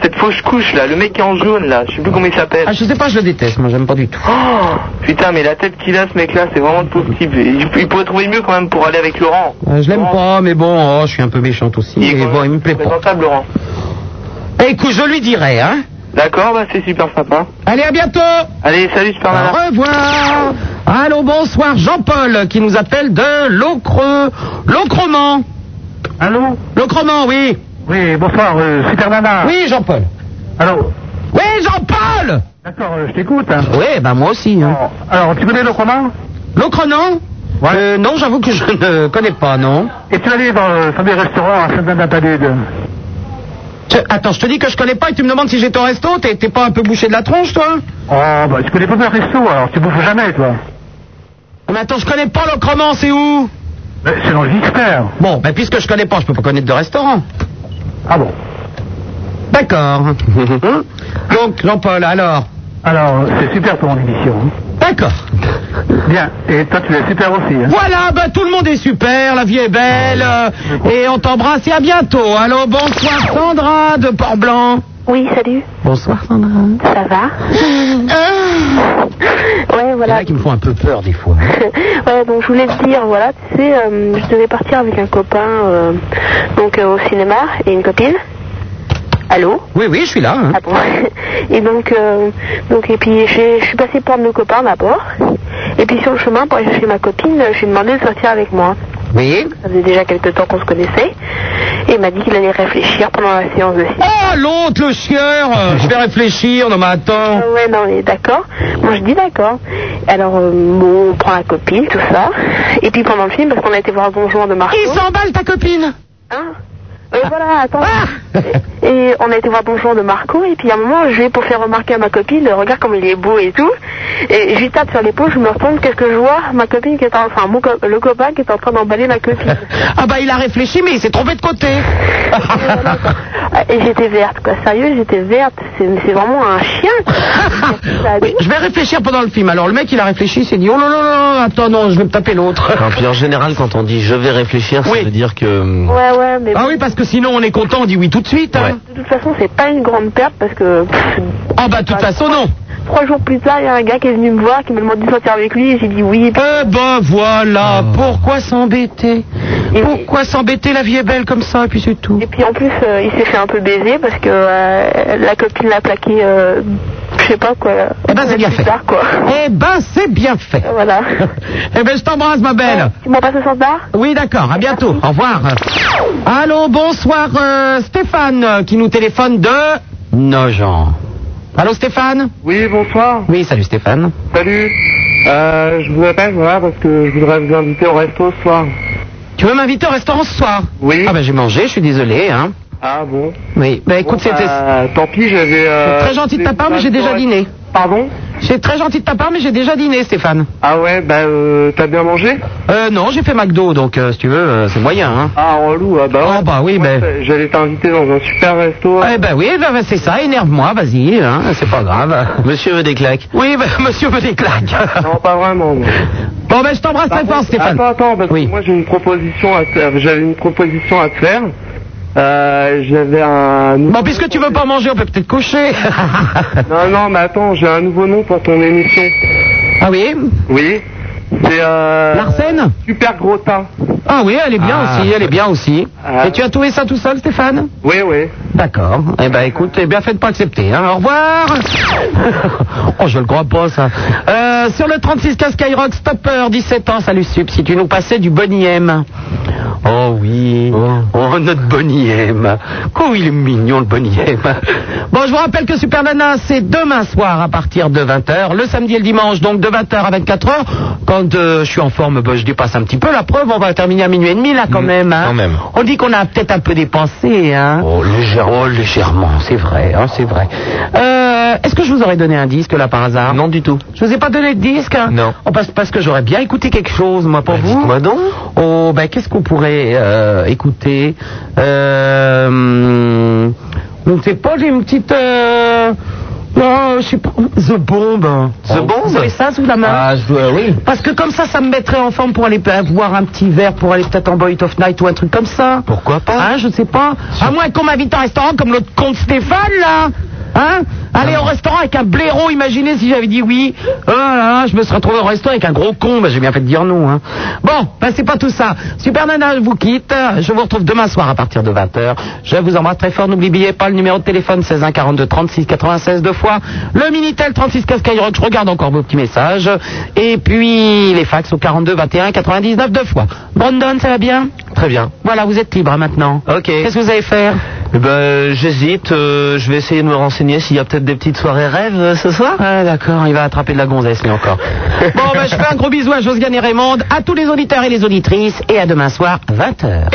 Speaker 3: cette fausse couche là Le mec qui est en jaune là, je sais plus comment il s'appelle.
Speaker 1: Ah, je sais pas, je le déteste, moi j'aime pas du tout.
Speaker 3: Oh, putain, mais la tête qu'il a ce mec là, c'est vraiment pas possible. Il, il pourrait trouver mieux quand même pour aller avec Laurent.
Speaker 1: Euh, je l'aime pas, mais bon, oh, je suis un peu méchante aussi. Et bon, il me plaît pas.
Speaker 3: Présentable Laurent.
Speaker 1: Eh, écoute, je lui dirai, hein.
Speaker 3: D'accord, bah c'est super sympa.
Speaker 1: Allez, à bientôt
Speaker 3: Allez, salut Super Nana.
Speaker 1: Bah, Au revoir Allô, bonsoir, Jean-Paul, qui nous appelle de Locre... Locrement
Speaker 21: Allô
Speaker 1: Locrement, oui
Speaker 21: Oui, bonsoir, euh, Super Nana.
Speaker 1: Oui, Jean-Paul
Speaker 21: Allô
Speaker 1: Oui, Jean-Paul
Speaker 21: D'accord, euh, je t'écoute. hein.
Speaker 1: Oui, ben moi aussi. Hein.
Speaker 21: Alors, tu connais le roman
Speaker 1: Ah. Locronan Euh, Non, j'avoue que je ne connais pas, non.
Speaker 21: Et tu allais dans le fameux restaurant à Saint-Denis-Palude
Speaker 1: Tu- Attends, je te dis que je connais pas et tu me demandes si j'étais au resto. T'es t'es pas un peu bouché de la tronche, toi
Speaker 21: Oh, bah, tu connais pas le resto, alors tu bouffes jamais, toi.
Speaker 1: Mais attends, je connais pas Locronan, c'est où
Speaker 21: C'est dans le Vicksburg.
Speaker 1: Bon, ben puisque je connais pas, je peux pas connaître de restaurant.
Speaker 21: Ah bon
Speaker 1: D'accord. Hein Donc, Jean-Paul, alors
Speaker 21: Alors, c'est super ton émission.
Speaker 1: D'accord.
Speaker 21: Bien, et toi, tu es super aussi. Hein.
Speaker 1: Voilà, ben tout le monde est super, la vie est belle. euh, et on t'embrasse et à bientôt. Allô, bonsoir, Sandra de Port-Blanc.
Speaker 8: Oui, salut.
Speaker 1: Bonsoir, Sandra.
Speaker 8: Ça va Ouais, voilà.
Speaker 1: Ils me font un peu peur, des fois.
Speaker 8: ouais, donc je voulais te dire, voilà, tu sais, euh, je devais partir avec un copain euh, donc euh, au cinéma et une copine. Allô
Speaker 1: Oui, oui, je suis là. hein.
Speaker 8: Ah bon Et donc, euh, donc et puis j'ai- je suis passée prendre le copain d'abord. Et puis sur le chemin, pour aller chercher ma copine, je lui ai demandé de sortir avec moi.
Speaker 1: Oui.
Speaker 8: Ça faisait déjà quelques temps qu'on se connaissait. Et il m'a dit qu'il allait réfléchir pendant la séance de cinéma.
Speaker 1: Oh, l'autre, le chieur euh, Je vais réfléchir, non mais attends.
Speaker 8: Ah ouais, non, mais d'accord. Moi, je dis d'accord. Alors, euh, bon, on prend la copine, tout ça. Et puis pendant le film, parce qu'on a été voir Bonjour de Marco.
Speaker 1: Il s'emballe, ta copine
Speaker 8: Hein Euh, voilà, attends.
Speaker 1: Ah.
Speaker 8: et, et on a été voir Bonjour de Marco, et puis à un moment, je vais pour faire remarquer à ma copine, regarde comme il est beau et tout. Et je lui tape sur l'épaule, je me retourne, qu'est-ce que je vois Ma copine qui est en, enfin, mon co- le copain qui est en train d'emballer ma copine.
Speaker 1: Ah bah, il a réfléchi, mais il s'est trompé de côté.
Speaker 8: Ah, et j'étais verte, quoi. Sérieux, j'étais verte. C'est c'est vraiment un chien, quoi.
Speaker 1: Oui, je vais réfléchir pendant le film. Alors, le mec, il a réfléchi, il s'est dit, oh là là là, attends, non, je vais me taper l'autre.
Speaker 2: Enfin, puis en général, quand on dit je vais réfléchir, ça veut dire que. euh,
Speaker 8: Ouais, ouais, mais
Speaker 1: Ah oui, parce que sinon, on est content, on dit oui tout de suite. hein.
Speaker 8: De toute façon, c'est pas une grande perte parce que.
Speaker 1: Ah bah, de toute façon, non.
Speaker 8: Trois jours plus tard, il y a un gars qui est venu me voir, qui m'a demandé de sortir avec lui, et j'ai dit oui.
Speaker 1: Eh ben voilà, pourquoi s'embêter Pourquoi s'embêter La vie est belle comme ça, et puis c'est tout.
Speaker 8: Et puis en plus, euh, il s'est fait un peu baiser parce que euh, la copine l'a plaqué, euh, je sais pas quoi.
Speaker 1: Eh ben, c'est bien
Speaker 8: plus
Speaker 1: fait.
Speaker 8: tard, quoi.
Speaker 1: Eh ben, c'est bien fait.
Speaker 8: Voilà.
Speaker 1: eh ben, je t'embrasse, ma belle.
Speaker 8: Tu m'en passes au standard
Speaker 1: Oui, d'accord. À bientôt. Au revoir. Allô, bonsoir, euh, Stéphane, euh, qui nous téléphone de Nogent. Allô, Stéphane
Speaker 4: Oui, bonsoir.
Speaker 1: Oui, salut Stéphane.
Speaker 4: Salut. Euh, je vous appelle voilà parce que je voudrais vous inviter au resto ce soir.
Speaker 1: Tu veux m'inviter au restaurant ce soir Oui. Ah ben, j'ai mangé, je suis désolé, hein.
Speaker 4: Ah bon
Speaker 1: Oui. Ben, écoute,
Speaker 4: Bon,
Speaker 1: c'était...
Speaker 4: bah, tant pis, j'avais. euh,
Speaker 1: C'est très gentil de ta part, mais j'ai déjà dîné.
Speaker 4: Pardon
Speaker 1: C'est très gentil de ta part, mais j'ai déjà dîné, Stéphane.
Speaker 4: Ah ouais, bah euh, t'as bien mangé
Speaker 1: Euh, non, j'ai fait McDo, donc euh, si tu veux, euh, c'est moyen. Hein.
Speaker 4: Ah relou, ah bah.
Speaker 1: Oh bah oui, mais...
Speaker 4: J'allais t'inviter dans un super resto.
Speaker 1: Eh ben oui, ben, ben, c'est ça, énerve-moi, vas-y, hein, c'est pas grave.
Speaker 2: Monsieur veut des claques.
Speaker 1: Oui, ben, monsieur veut des claques.
Speaker 4: Non, pas vraiment. non.
Speaker 1: Bon ben je t'embrasse très fort, Stéphane.
Speaker 4: Bah, Attends, attends, parce que moi j'ai une proposition à te faire. J'avais une proposition à te faire. Euh, j'avais un.
Speaker 1: Bon, puisque tu veux pas manger, on peut peut-être coucher.
Speaker 4: non, non, mais attends, j'ai un nouveau nom pour ton émission.
Speaker 1: Ah oui
Speaker 4: Oui. C'est euh.
Speaker 1: Larsen
Speaker 4: Super gros tas.
Speaker 1: Ah oui, elle est bien
Speaker 4: Ah.
Speaker 1: aussi, elle est bien aussi.
Speaker 4: Ah.
Speaker 1: Et tu as trouvé ça tout seul, Stéphane
Speaker 4: Oui, oui.
Speaker 1: D'accord. Eh ben écoute, eh bien faites pas accepter. Hein. Au revoir. oh, je le crois pas ça. Euh, sur le 36 15 Skyrock Stopper, 17 ans, salut Sup. Si tu nous passais du Bonnie M. Oh oui. Oh, notre Bonnie M. Oh, il est mignon le Bonnie M. Bon, je vous rappelle que Super Nana, c'est demain soir à partir de 20h, le samedi et le dimanche, donc de 20h à 24h. Quand euh, je suis en forme, ben, je dépasse un petit peu. La preuve, on va terminer à minuit et demi là quand même. hein.
Speaker 2: Mm, quand même.
Speaker 1: On dit qu'on a peut-être un peu dépensé, hein.
Speaker 2: Oh, légère-
Speaker 1: Oh, légèrement, c'est vrai, hein, c'est vrai. Euh, Est-ce que je vous aurais donné un disque là par hasard Non du tout. Je vous ai pas donné de disque hein
Speaker 2: Non.
Speaker 1: Oh, parce, parce que j'aurais bien écouté quelque chose, moi,
Speaker 12: Bah,
Speaker 2: Bah,
Speaker 1: pour vous. Dites-moi donc. Oh, ben qu'est-ce qu'on pourrait euh, écouter Euh, hum, On ne sait pas, j'ai une petite. euh, Non, je suis pas... The Bomb. Oh.
Speaker 12: The Bomb
Speaker 1: Vous avez ça sous la main
Speaker 12: Ah, je- euh, oui.
Speaker 1: Parce que comme ça, ça me mettrait en forme pour aller euh, boire un petit verre, pour aller peut-être en Boy of Night ou un truc comme ça. Pourquoi pas Hein, je sais pas. À moins qu'on m'invite à un restaurant comme l'autre compte Stéphane, là Hein Aller au restaurant avec un blaireau, imaginez si j'avais dit oui. Oh là là, je me serais retrouvé au restaurant avec un gros con. Ben, j'ai bien fait de dire non. Hein. Bon, ben, c'est pas tout ça. Super Nana, je vous quitte. Je vous retrouve demain soir à partir de 20h. Je vous embrasse très fort. N'oubliez pas le numéro de téléphone 16 1 42 36 96 deux fois. Le Minitel 36 15 Skyrock. Je regarde encore vos petits messages. Et puis les fax au 42 21 99 deux fois. Brandon, ça va bien
Speaker 12: Très bien.
Speaker 1: Voilà, vous êtes libre hein, maintenant.
Speaker 12: Ok. Qu'est-ce
Speaker 1: que vous allez faire
Speaker 12: eh ben, J'hésite, euh, je vais essayer de me renseigner s'il y a peut-être des petites soirées rêves euh, ce soir.
Speaker 1: Ah d'accord, il va attraper de la gonzesse lui encore. ben, Bon, ben, je fais un gros bisou à Josiane et Raymond, à tous les auditeurs et les auditrices, et à demain soir, 20h.